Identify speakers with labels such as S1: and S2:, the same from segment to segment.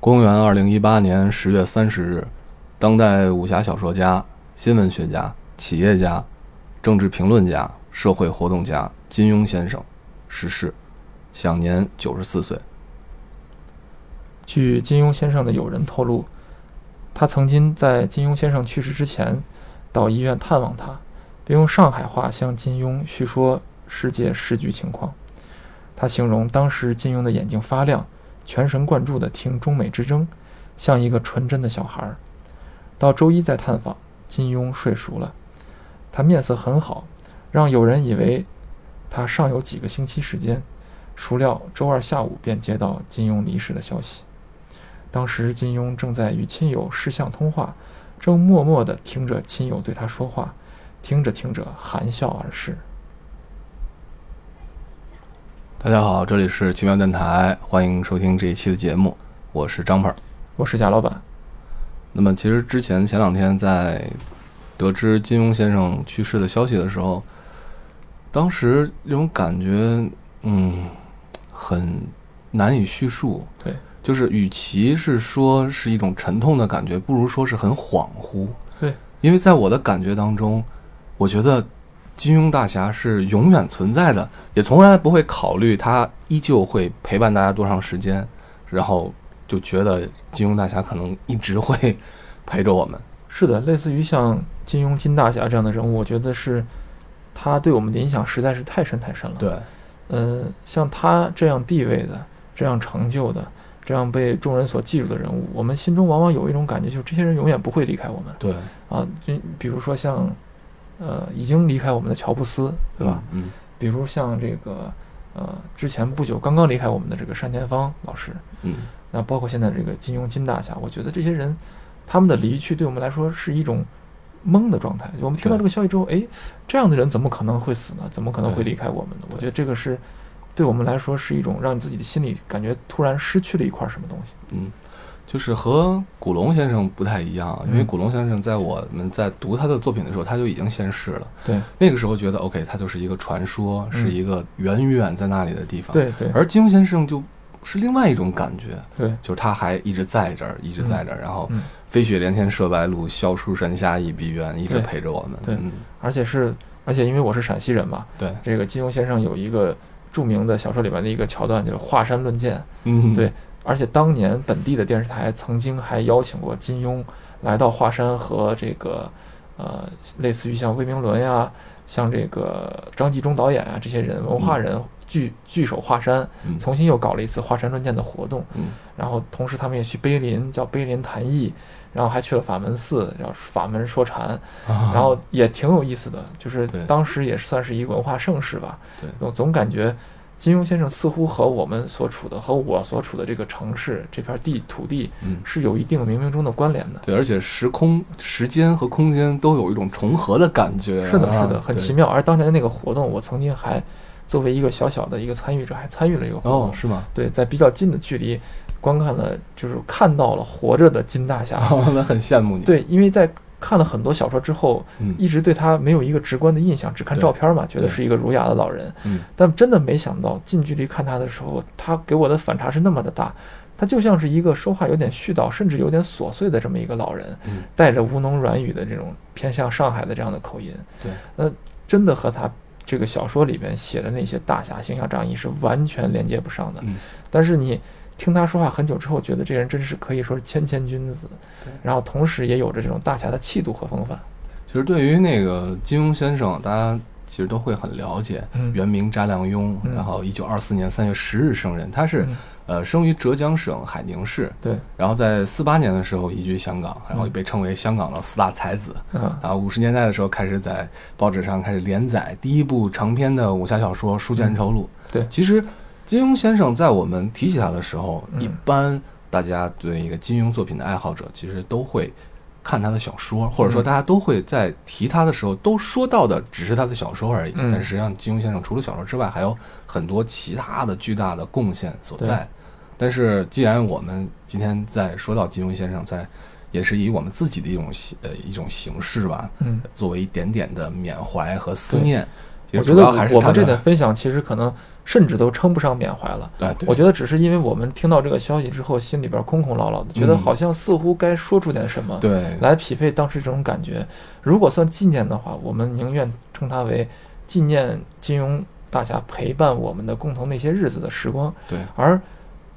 S1: 公元二零一八年十月三十日，当代武侠小说家、新闻学家、企业家、政治评论家、社会活动家金庸先生逝世，享年九十四岁。
S2: 据金庸先生的友人透露，他曾经在金庸先生去世之前到医院探望他，并用上海话向金庸叙说世界时局情况。他形容当时金庸的眼睛发亮，全神贯注地听中美之争，像一个纯真的小孩儿。到周一再探访，金庸睡熟了，他面色很好，让友人以为他尚有几个星期时间。孰料周二下午便接到金庸离世的消息。当时金庸正在与亲友视像通话，正默默地听着亲友对他说话，听着听着含笑而逝。
S1: 大家好，这里是奇妙电台，欢迎收听这一期的节目，我是张鹏。
S2: 我是贾老板，
S1: 那么，其实之前前两天在得知金庸先生去世的消息的时候，当时那种感觉，嗯，很难以叙述。
S2: 对，
S1: 就是与其是说是一种沉痛的感觉，不如说是很恍惚。
S2: 对，
S1: 因为在我的感觉当中，我觉得金庸大侠是永远存在的，也从来不会考虑他依旧会陪伴大家多长时间，然后就觉得金庸大侠可能一直会陪着我们。
S2: 是的，类似于像金庸、金大侠这样的人物，我觉得是他对我们的影响实在是太深太深了。
S1: 对，
S2: 呃，像他这样地位的、这样成就的、这样被众人所记住的人物，我们心中往往有一种感觉，就是这些人永远不会离开我们
S1: 对，
S2: 啊。就比如说像，呃，已经离开我们的乔布斯，对吧？？
S1: 嗯，
S2: 比如像这个，呃，之前不久刚刚离开我们的这个单田芳老师，
S1: 嗯，
S2: 那包括现在这个金庸金大侠，我觉得这些人他们的离去对我们来说是一种懵的状态。我们听到
S1: 对
S2: 这个消息之后，哎，这样的人怎么可能会死呢？怎么可能会
S1: 对
S2: 离开我们呢？我
S1: 对
S2: 觉得这个是对我们来说是一种让自己的心里感觉突然失去了一块什么东西。
S1: 嗯就是和古龙先生不太一样，啊因为
S2: 嗯
S1: 古龙先生在我们在读他的作品的时候，他就已经先逝了。
S2: 对嗯
S1: 那个时候觉得 OK，他就是一个传说，是一个远远在那里的地方。，
S2: 对对
S1: 而金庸先生就是另外一种感觉，
S2: 对，
S1: 就是他还一直在这儿，一直在这儿，然后
S2: 嗯
S1: 飞雪连天射白鹿，萧书神侠倚碧鸳，一直
S2: 对
S1: 陪着我们。
S2: 对
S1: 嗯
S2: 而且是而且因为我是陕西人嘛，
S1: 对，
S2: 这个金庸先生有一个著名的小说里面的一个桥段，就是华山论剑。
S1: 嗯，
S2: 对而且当年本地的电视台曾经还邀请过金庸来到华山和这个呃，类似于像魏明伦呀、像这个张纪中导演啊这些人文化人聚聚首华山，
S1: 嗯
S2: 重新又搞了一次华山论剑的活动。
S1: 嗯
S2: 然后同时他们也去碑林，叫碑林谈艺，然后还去了法门寺，叫法门说禅，
S1: 啊
S2: 然后也挺有意思的，就是
S1: 对
S2: 当时也算是一个文化盛世吧。
S1: 对
S2: 总总感觉金庸先生似乎和我们所处的、和我所处的这个城市、这片地土地
S1: 嗯
S2: 是有一定冥冥中的关联的。
S1: 对，而且时空、时间和空间都有一种重合的感觉。
S2: 是的，
S1: 啊
S2: 是的，很
S1: 对
S2: 奇妙。而当年的那个活动，我曾经还作为一个小小的一个参与者，还参与了一个活动。
S1: 哦，是吗？
S2: 对，在比较近的距离观看了，就是看到了活着的金大侠。
S1: 哦，那很羡慕你。，
S2: 对，因为在看了很多小说之后，
S1: 嗯
S2: 一直对他没有一个直观的印象，只看
S1: 对
S2: 照片嘛，觉得
S1: 对
S2: 是一个儒雅的老人。
S1: 嗯
S2: 但真的没想到，近距离看他的时候，他给我的反差是那么的大。他就像是一个说话有点絮叨，甚至有点琐碎的这么一个老人，
S1: 嗯
S2: 带着吴侬软语的这种偏向上海的这样的口音。
S1: 对，
S2: 那真的和他这个小说里面写的那些大侠形象仗义是完全连接不上的。
S1: 嗯
S2: 但是你听他说话很久之后，觉得这人真是可以说是谦谦君子
S1: 对，
S2: 然后同时也有着这种大侠的气度和风范。
S1: 其实对于那个金庸先生，大家其实都会很了解。
S2: 嗯
S1: 原名查良镛，
S2: 嗯
S1: 然后一九二四年三月十日生人，他是
S2: 嗯
S1: 呃生于浙江省海宁市，
S2: 对，
S1: 然后在四八年的时候移居香港，然后被称为香港的四大才子。
S2: 嗯
S1: 然后啊五十年代的时候开始在报纸上开始连载第一部长篇的武侠小说《书剑恩仇录》。
S2: 嗯对
S1: 其实金庸先生在我们提起他的时候，
S2: 嗯
S1: 一般大家对一个金庸作品的爱好者，其实都会看他的小说，或者说
S2: 嗯
S1: 大家都会在提他的时候都说到的只是他的小说而已。
S2: 嗯
S1: 但实际上，金庸先生除了小说之外，还有很多其他的巨大的贡献所
S2: 对
S1: 在。但是，既然我们今天在说到金庸先生，在也是以我们自己的一种形呃一种形式吧，
S2: 嗯，
S1: 作为一点点的缅怀和思念，其
S2: 我
S1: 实
S2: 觉
S1: 主
S2: 得
S1: 要还是
S2: 我
S1: 他
S2: 们这
S1: 的
S2: 点分享其实可能甚至都称不上缅怀了。
S1: 对，对
S2: 我觉得只是因为我们听到这个消息之后，心里边空空落落的，觉得
S1: 嗯
S2: 好像似乎该说出点什么，
S1: 对
S2: 来匹配当时这种感觉。如果算纪念的话，我们宁愿称它为纪念金庸大侠陪伴我们的共同那些日子的时光。
S1: 对
S2: 而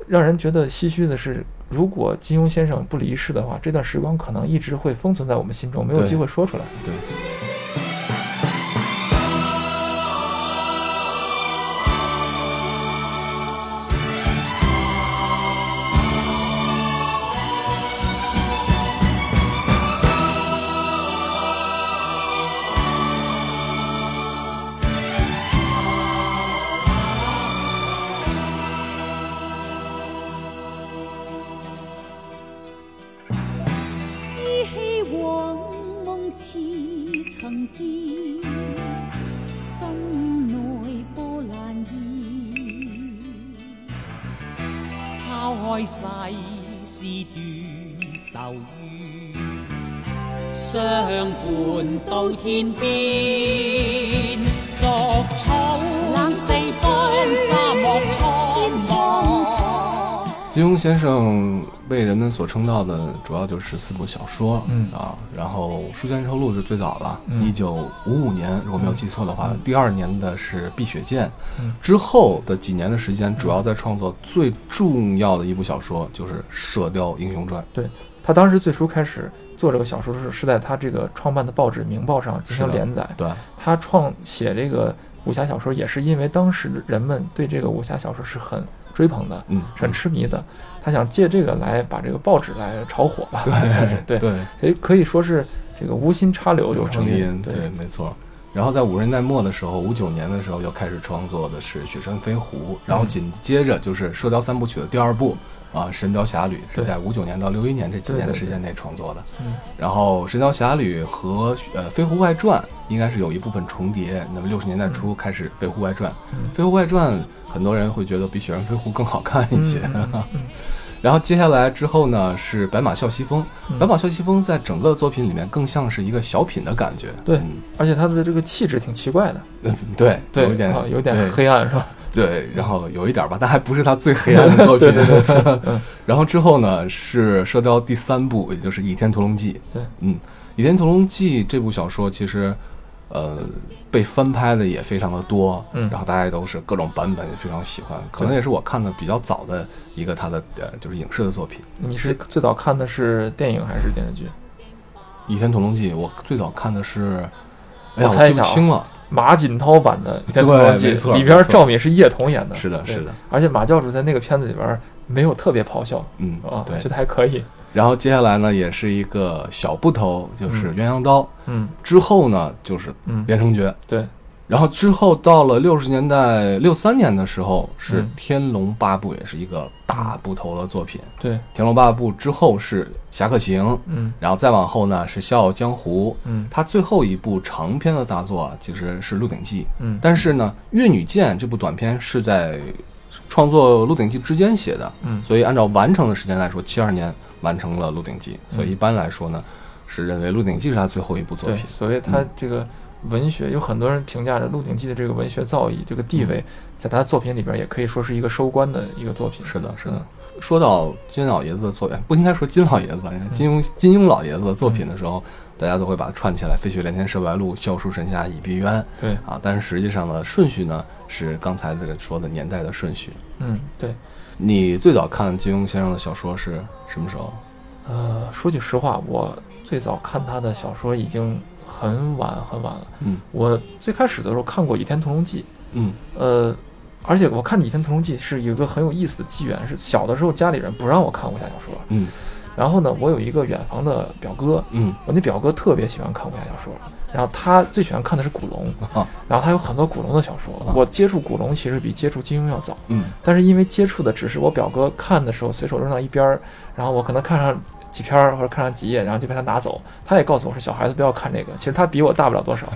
S2: 让人觉得唏嘘的是，如果金庸先生不离世的话，这段时光可能一直会封存在我们心中，没有
S1: 对
S2: 机会说出来。
S1: 对。
S3: 依稀往梦似曾见，心內波瀾現。
S4: 抛开世事断愁怨，相伴到天边。作草
S3: 冷四
S4: 四方，
S3: 方
S4: 沙漠
S3: 天
S4: 苍茫。
S3: 蒼蒼。
S1: 金庸先生被人们所称道的主要就是四部小说，
S2: 嗯
S1: 啊，然后《书剑抽录》是最早了，
S2: 嗯
S1: 一九五五年，如果没有记错的话，第二年的是《碧血剑》
S2: 嗯
S1: 之后的几年的时间，主要在创作最重要的一部小说就是《射雕英雄传》，
S2: 他当时最初开始做这个小说的时候，是在他这个创办的报纸《明报》上进
S1: 是
S2: 行
S1: 的
S2: 连载。
S1: 对，
S2: 他创写这个武侠小说，也是因为当时人们对这个武侠小说是很追捧的，
S1: 嗯，
S2: 是很痴迷的。他想借这个来把这个报纸来炒火吧，算是 对，
S1: 对，
S2: 所以可以说是这个无心插柳柳
S1: 柳
S2: 成
S1: 成
S2: 荫
S1: 荫，，
S2: 对，嗯
S1: 没错。然后在五十年代末的时候，五九年的时候又开始创作的是《雪山飞狐》，然
S2: 嗯
S1: 后紧接着就是《射雕三部曲》的第二部啊，《神雕侠侣》是
S2: 对
S1: 在五九年到六一年这几
S2: 对
S1: 年的
S2: 对
S1: 时间内创作的。
S2: 嗯
S1: 然后《神雕侠侣》和呃《飞狐外传》应该是有一部分重叠。那么六十年代初开始《飞狐外传》
S2: 嗯
S1: 飞狐外传》很多人会觉得比《雪山飞狐》更好看一些。
S2: 嗯嗯嗯
S1: 然后接下来之后呢是《白马啸西风》，
S2: 嗯
S1: 白马啸西风》在整个作品里面更像是一个小品的感觉。
S2: 对
S1: 嗯
S2: 而且他的这个气质挺奇怪的，
S1: 嗯，对，
S2: 对，
S1: 有一点
S2: 啊，有点
S1: 对
S2: 黑暗是吧？
S1: 对，然后有一点吧，但还不是他最黑暗的作品。
S2: 对对
S1: 然后之后呢是《射雕》第三部，也就是《倚天屠龙记》。
S2: 对，
S1: 嗯，《倚天屠龙记》这部小说其实，呃，被翻拍的也非常的多，
S2: 嗯
S1: 然后大家都是各种版本也非常喜欢，可能
S2: 对
S1: 也是我看的比较早的一个他的呃就是影视的作品。
S2: 你是最早看的是电影还是电视剧？
S1: 《倚天屠龙记》，我最早看的是，哎呀，
S2: 我
S1: 我
S2: 猜一
S1: 记不
S2: 下啊
S1: 清了。
S2: 马锦涛版的《倚天屠龙记
S1: 对没》错
S2: 里边
S1: 没错
S2: 赵敏是叶童演的，
S1: 是的，
S2: 对
S1: 是的，
S2: 而且马教主在那个片子里边没有特别咆哮
S1: 嗯，
S2: 啊，
S1: 对
S2: 我。觉得还可以。
S1: 然后接下来呢，也是一个小布头，就是鸳鸯刀。
S2: 嗯
S1: 之后呢，就是
S2: 嗯，
S1: 连城诀。
S2: 对，
S1: 然后之后到了六十年代六三年的时候，是《
S2: 嗯
S1: 天龙八部》，也是一个大部头的作品。
S2: 对，
S1: 《天龙八部》之后是《侠客行》，
S2: 嗯
S1: 然后再往后呢是《笑傲江湖》。
S2: 嗯
S1: 他最后一部长篇的大作啊，其实是《鹿鼎记》。
S2: 嗯，
S1: 但是呢，《越女剑》这部短片是在创作《鹿鼎记》之间写的，
S2: 嗯
S1: 所以按照完成的时间来说，七二年完成了《鹿鼎记》，所以一般来说呢，是认为《鹿鼎记》是他最后一部作
S2: 对，
S1: 品。
S2: 所谓他这个文学，有很多人评价着《鹿鼎记》的这个文学造诣、这个地位，在他作品里边也可以说是一个收官的一个作品。
S1: 嗯是的，是的。说到金老爷子的作品，不应该说金老爷子，应该金庸金庸老爷子的作品的时候，大家都会把它串起来，“飞雪连天射白鹿，笑书神侠倚碧鸳”
S2: 对，
S1: 啊。但是实际上呢，顺序呢是刚才这个说的年代的顺序。
S2: 嗯，对。
S1: 你最早看金庸先生的小说是什么时候？
S2: 呃，说句实话，我最早看他的小说已经很晚很晚了。
S1: 嗯
S2: 我最开始的时候看过《倚天屠龙记》，
S1: 嗯，
S2: 呃，而且我看《倚天屠龙记》是有一个很有意思的机缘，是小的时候家里人不让我看武侠小说，
S1: 嗯，
S2: 然后呢，我有一个远房的表哥，
S1: 嗯
S2: 我那表哥特别喜欢看武侠小说，然后他最喜欢看的是古龙，
S1: 啊
S2: 然后他有很多古龙的小说
S1: 啊，
S2: 我接触古龙其实比接触金庸要早，
S1: 嗯
S2: 但是因为接触的只是我表哥看的时候随手扔到一边儿，然后我可能看上几篇儿或者看上几页，然后就被他拿走。他也告诉我说小孩子不要看这 个，其实他比我大不了多少。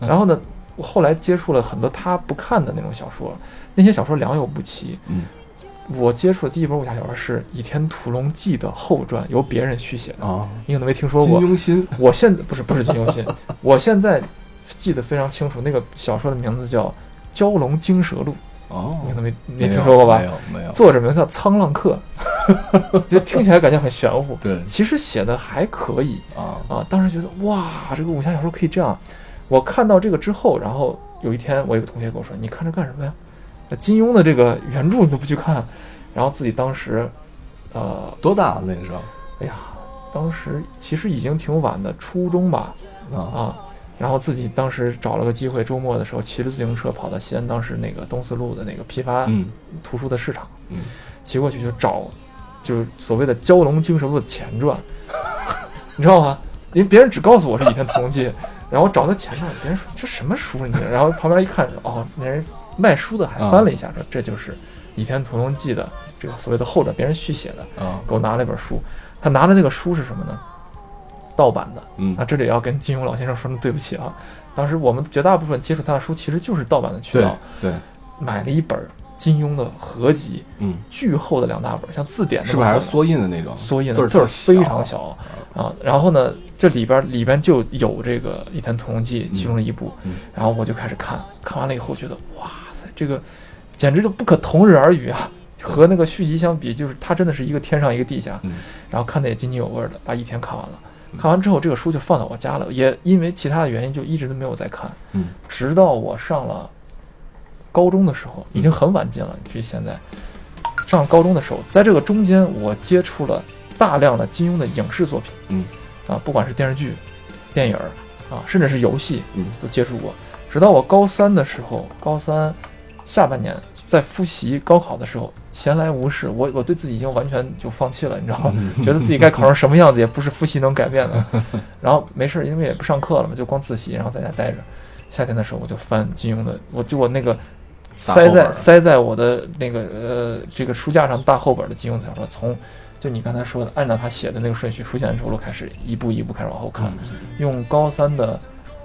S2: 然后呢，我后来接触了很多他不看的那种小说，那些小说良莠不齐。
S1: 嗯
S2: 我接触的第一本武侠小说是《倚天屠龙记》的后传，由别人续写的，
S1: 啊，
S2: 你可能没听说
S1: 金
S2: 过。
S1: 庸新
S2: 我现在不是不是金庸信，我现在记得非常清楚，那个小说的名字叫《蛟龙惊蛇录》，
S1: 哦
S2: 你可能没
S1: 没
S2: 没
S1: 有
S2: 听说过吧
S1: 没？有没有，
S2: 作者名字叫沧浪客， 就听起来感觉很玄乎，
S1: 对
S2: 其实写的还可以
S1: 啊，
S2: 啊。当时觉得哇，这个武侠小说可以这样。我看到这个之后，然后有一天我有个同学跟我说：“你看这干什么呀？那金庸的这个原著你都不去看？”然后自己当时，呃，
S1: 多大了那个时候
S2: 哎呀，当时其实已经挺晚的，初中吧，
S1: 啊？
S2: 啊，然后自己当时找了个机会，周末的时候骑着自行车跑到西安当时那个东四路的那个批发
S1: 嗯
S2: 图书的市场，
S1: 嗯
S2: 骑过去就找，就是所谓的《蛟龙精神录》的前传， 你知道吗？因为别人只告诉我是倚天屠龙记，然后我找那前传，别人说这什么书啊你这？然后旁边一看，哦，那人卖书的还
S1: 啊
S2: 翻了一下，说这就是《倚天屠龙记》的这个所谓的后传，别人续写的，
S1: 啊
S2: 给我拿了一本书，他拿的那个书是什么呢？盗版的，
S1: 嗯
S2: 啊，这里要跟金庸老先生说声对不起啊。当时我们绝大部分接触他的书其实就是盗版的渠
S1: 对
S2: 道，
S1: 对
S2: 买了一本金庸的合集，
S1: 嗯，
S2: 巨厚的两大本，像字典那
S1: 是
S2: 么
S1: 不是还
S2: 厚
S1: 是
S2: 的
S1: 缩印的那种？
S2: 缩印
S1: 字
S2: 的
S1: 儿
S2: 字儿
S1: 特
S2: 非常小啊。然后呢，这里边儿里边就有这个《倚天屠龙记》其中的一部，
S1: 嗯
S2: 然后我就开始看，看完了以后觉得哇塞，这个简直就不可同日而语啊！和那个续集相比，就是它真的是一个天上一个地下，
S1: 嗯
S2: 然后看的也津津有味儿的，把一天看完了。看完之后，这个书就放到我家了，也因为其他的原因，就一直都没有再看。
S1: 嗯
S2: 直到我上了高中的时候，已
S1: 嗯
S2: 经很晚进了，距离现在上高中的时候，在这个中间，我接触了大量的金庸的影视作品，
S1: 嗯，
S2: 啊，不管是电视剧、电影儿啊，甚至是游戏
S1: 嗯
S2: 都接触过。直到我高三的时候，高三下半年在复习高考的时候，闲来无事，我我对自己已经完全就放弃了，你知道吗？ 觉得自己该考成什么样子也不是复习能改变的。 然后没事儿，因为也不上课了嘛，就光自习，然后在家待着。夏天的时候我就翻金庸的，我就我那个塞
S1: 厚本
S2: 在
S1: 儿
S2: 塞在我的那个呃这个书架上大厚本儿的金庸小说，从就你刚才说的，按照他写的那个顺序《书剑恩仇录》开始，一步一步开始往后看，用高三的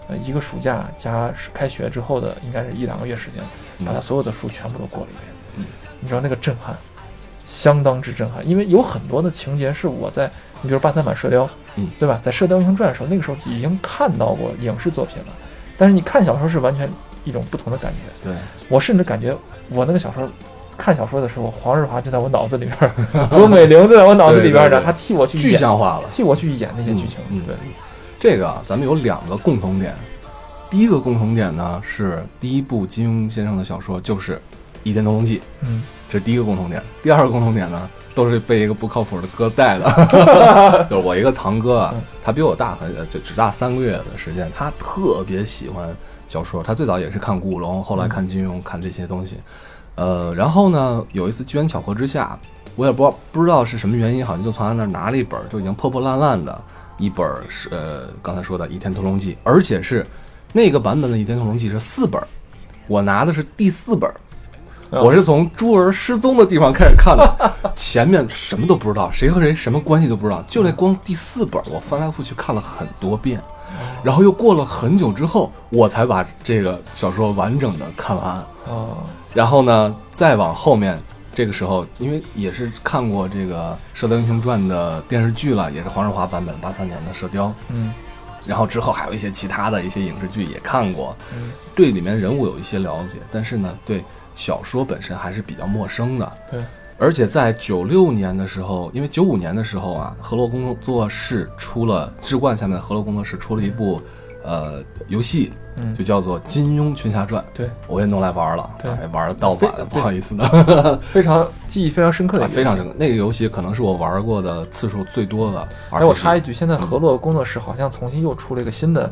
S2: 呃一个暑假加开学之后的应该是一两个月时间，把他所有的书全部都过了一遍。
S1: 嗯
S2: 你知道那个震撼，相当之震撼，因为有很多的情节是我在，你比如八三版《射雕》，
S1: 嗯，
S2: 对吧？在《射雕英雄传》的时候，那个时候已经看到过影视作品了，但是你看小说是完全一种不同的感觉。
S1: 对，
S2: 我甚至感觉我那个小说看小说的时候，黄日华就在我脑子里边 儿，罗美玲就在我脑子里边儿，
S1: 对对对
S2: 然后他替我去
S1: 具
S2: 演，
S1: 象化了。
S2: 替我去演那些剧情。
S1: 嗯嗯
S2: 对，
S1: 这个啊，咱们有两个共同点。第一个共同点呢是第一部金庸先生的小说就是《倚天屠龙记》，
S2: 嗯，
S1: 这是第一个共同点。第二个共同点呢，都是被一个不靠谱的哥带的，就是我一个堂哥啊
S2: 嗯，
S1: 他比我大很呃就只大三个月的时间，他特别喜欢小说，他最早也是看古龙，后来看金庸，看这些东西。呃，然后呢，有一次机缘巧合之下，我也不知道不知道是什么原因，好像就从他那儿拿了一本就已经破破烂烂的一本是呃刚才说的《倚天屠龙记》，而且是那个版本的《倚天屠龙记》是四本儿，我拿的是第四本儿。
S2: 嗯
S1: 我是从珠儿失踪的地方开始看的， 前面什么都不知道，谁和谁什么关系都不知道，就那光第四本儿，我翻来覆去看了很多遍，然后又过了很久之后，我才把这个小说完整的看完。
S2: 哦，
S1: 然后呢，再往后面，这个时候因为也是看过这个《射雕英雄传》的电视剧了，也是黄日华版本八三年的《射雕》，
S2: 嗯
S1: 然后之后还有一些其他的一些影视剧也看过，
S2: 嗯，
S1: 对里面人物有一些了解，但是呢，对小说本身还是比较陌生的。
S2: 对，
S1: 而且在九六年的时候，因为九五年的时候啊，河洛工作室出了志冠下面的河洛工作室出了一部呃游戏，
S2: 嗯
S1: 就叫做《金庸群侠传》。
S2: 对，
S1: 我也弄来玩了，
S2: 对
S1: 还玩了盗版的，
S2: 非
S1: 不好意思呢，
S2: 非常记忆非常深 刻的一个
S1: 啊非
S2: 游戏
S1: 常深刻。那个游戏可能是我玩过的次数最多的 RPG。
S2: 哎，我插一句，现在河洛工作室好像重新又出了一个新的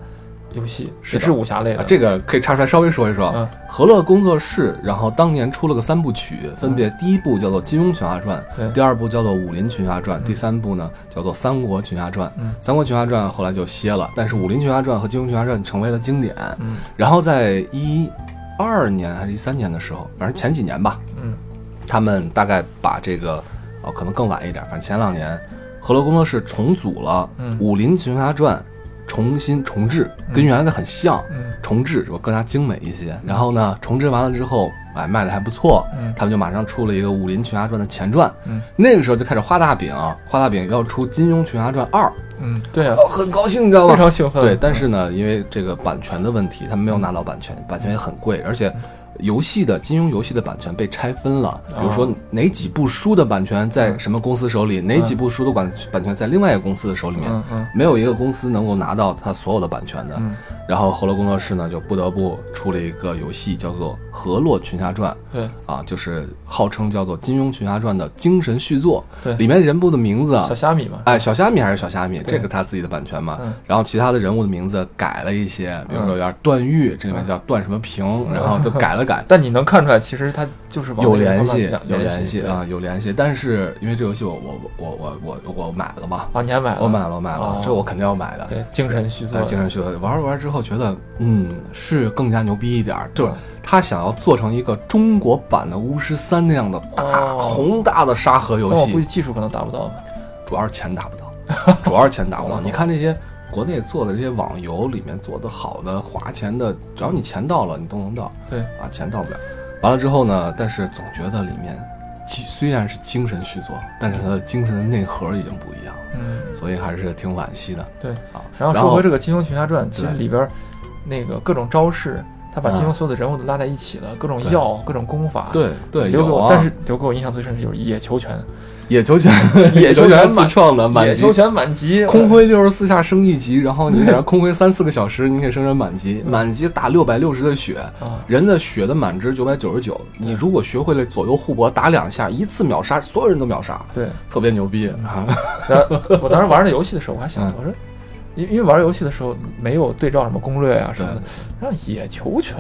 S2: 游戏，
S1: 是
S2: 也
S1: 的
S2: 是武侠类
S1: 啊
S2: 的。，
S1: 这个可以插出来稍微说一说。
S2: 嗯
S1: 和乐工作室，然后当年出了个三部曲，分别第一部叫做《金庸群侠传》，
S2: 对
S1: 第二部叫做《武林群侠传》，第三部呢叫做《三国群侠传》。
S2: 嗯
S1: 三国群侠传》后来就歇了，但是《武林群侠传》和《金庸群侠传》成为了经典。
S2: 嗯
S1: 然后在一二年还是一三年的时候，反正前几年吧，
S2: 嗯，
S1: 他们大概把这个，哦，可能更晚一点，反正前两年，河洛工作室重组了
S2: 嗯
S1: 《武林群侠传》，重新重置，跟原来的很像，
S2: 嗯
S1: 重置，我更加精美一些。然后呢，重置完了之后，哎，卖的还不错，
S2: 嗯
S1: 他们就马上出了一个《武林群侠传》的前传，
S2: 嗯
S1: 那个时候就开始画大饼，画大饼要出《金庸群侠传二》，
S2: 嗯，对呀、
S1: 哦，很高兴，你知道
S2: 非
S1: 吗？
S2: 常兴奋。嗯
S1: 对，但是呢，因为这个版权的问题，他们没有拿到版权，版权也很贵，而且游戏的金庸游戏的版权被拆分了，比如说
S2: 哦
S1: 哪几部书的版权
S2: 嗯
S1: 在什么公司手里，哪几部书的版版权在另外一个公司的手里面，
S2: 嗯嗯
S1: 没有一个公司能够拿到它所有的版权的。
S2: 嗯，
S1: 然后河洛工作室呢，就不得不出了一个游戏，叫做《河洛群侠传》。
S2: 对
S1: 啊，就是号称叫做《金庸群侠传》的精神续作，
S2: 对，
S1: 里面人物的名字啊
S2: 小，虾米嘛，
S1: 哎，小虾米还是小虾米，
S2: 对
S1: 这个他自己的版权嘛。
S2: 嗯
S1: 然后其他的人物的名字改了一些，比如说有点段誉，这里
S2: 嗯
S1: 面叫段什么平，然后就改
S2: ，
S1: 了改
S2: 但你能看出来，其实它就是往
S1: 有
S2: 嗯那个
S1: 联
S2: 方向
S1: 系
S2: 养，
S1: 有
S2: 联
S1: 联系
S2: 对
S1: 啊，有联系。但是因为这游戏我我我我我我我买了嘛，
S2: 啊！你还买了？
S1: 我买了我买了
S2: 哦，
S1: 这我肯定要买的。
S2: 对，精神续作哦
S1: 在，精神学玩了玩之后，觉得嗯是更加牛逼一点儿，就是
S2: 嗯
S1: 他想要做成一个中国版的巫师三那样的大
S2: 哦
S1: 宏大的沙盒游
S2: 但我
S1: 戏
S2: 估计，技术可能达不到吧。
S1: 主要是钱打不到，主要是钱打不到。
S2: 懂了
S1: 你看这些国内做的这些网游里面做的好的、花钱的，只要你钱到了，你都能到
S2: 对，
S1: 啊，钱到不了。完了之后呢，但是总觉得里面既虽然是精神续作，但是它的精神的内核已经不一样，
S2: 嗯，
S1: 所以还是挺惋惜的
S2: 对。
S1: 啊。
S2: 然后说回这个《金庸群侠传》，其实
S1: 对
S2: 里边儿那个各种招式，他把金庸
S1: 嗯
S2: 所有的人物都拉在一起了，各种
S1: 对
S2: 药、各种功法。，
S1: 对对，
S2: 留给
S1: 有
S2: 我，
S1: 啊
S2: 但是留给我印象最深的就是野球拳，
S1: 野球拳，
S2: 野球
S1: 球
S2: 拳
S1: 自
S2: 满
S1: 创的满
S2: 野
S1: 级
S2: 球。拳满级，
S1: 空挥六十四下升一级，然后你给它空挥三四个小时，你可以升成满级，满级打六百六十的血，
S2: 啊，
S1: 人的血的满值九百九十九，你如果学会了左右互搏，打两下，一次秒杀，所有人都秒杀，
S2: 对。
S1: 特别牛逼啊！
S2: 然后我当时玩这游戏的时候，我还想
S1: 嗯，
S2: 我说，因因为玩游戏的时候没有对照什么攻略啊什
S1: 对
S2: 么的，像野球拳，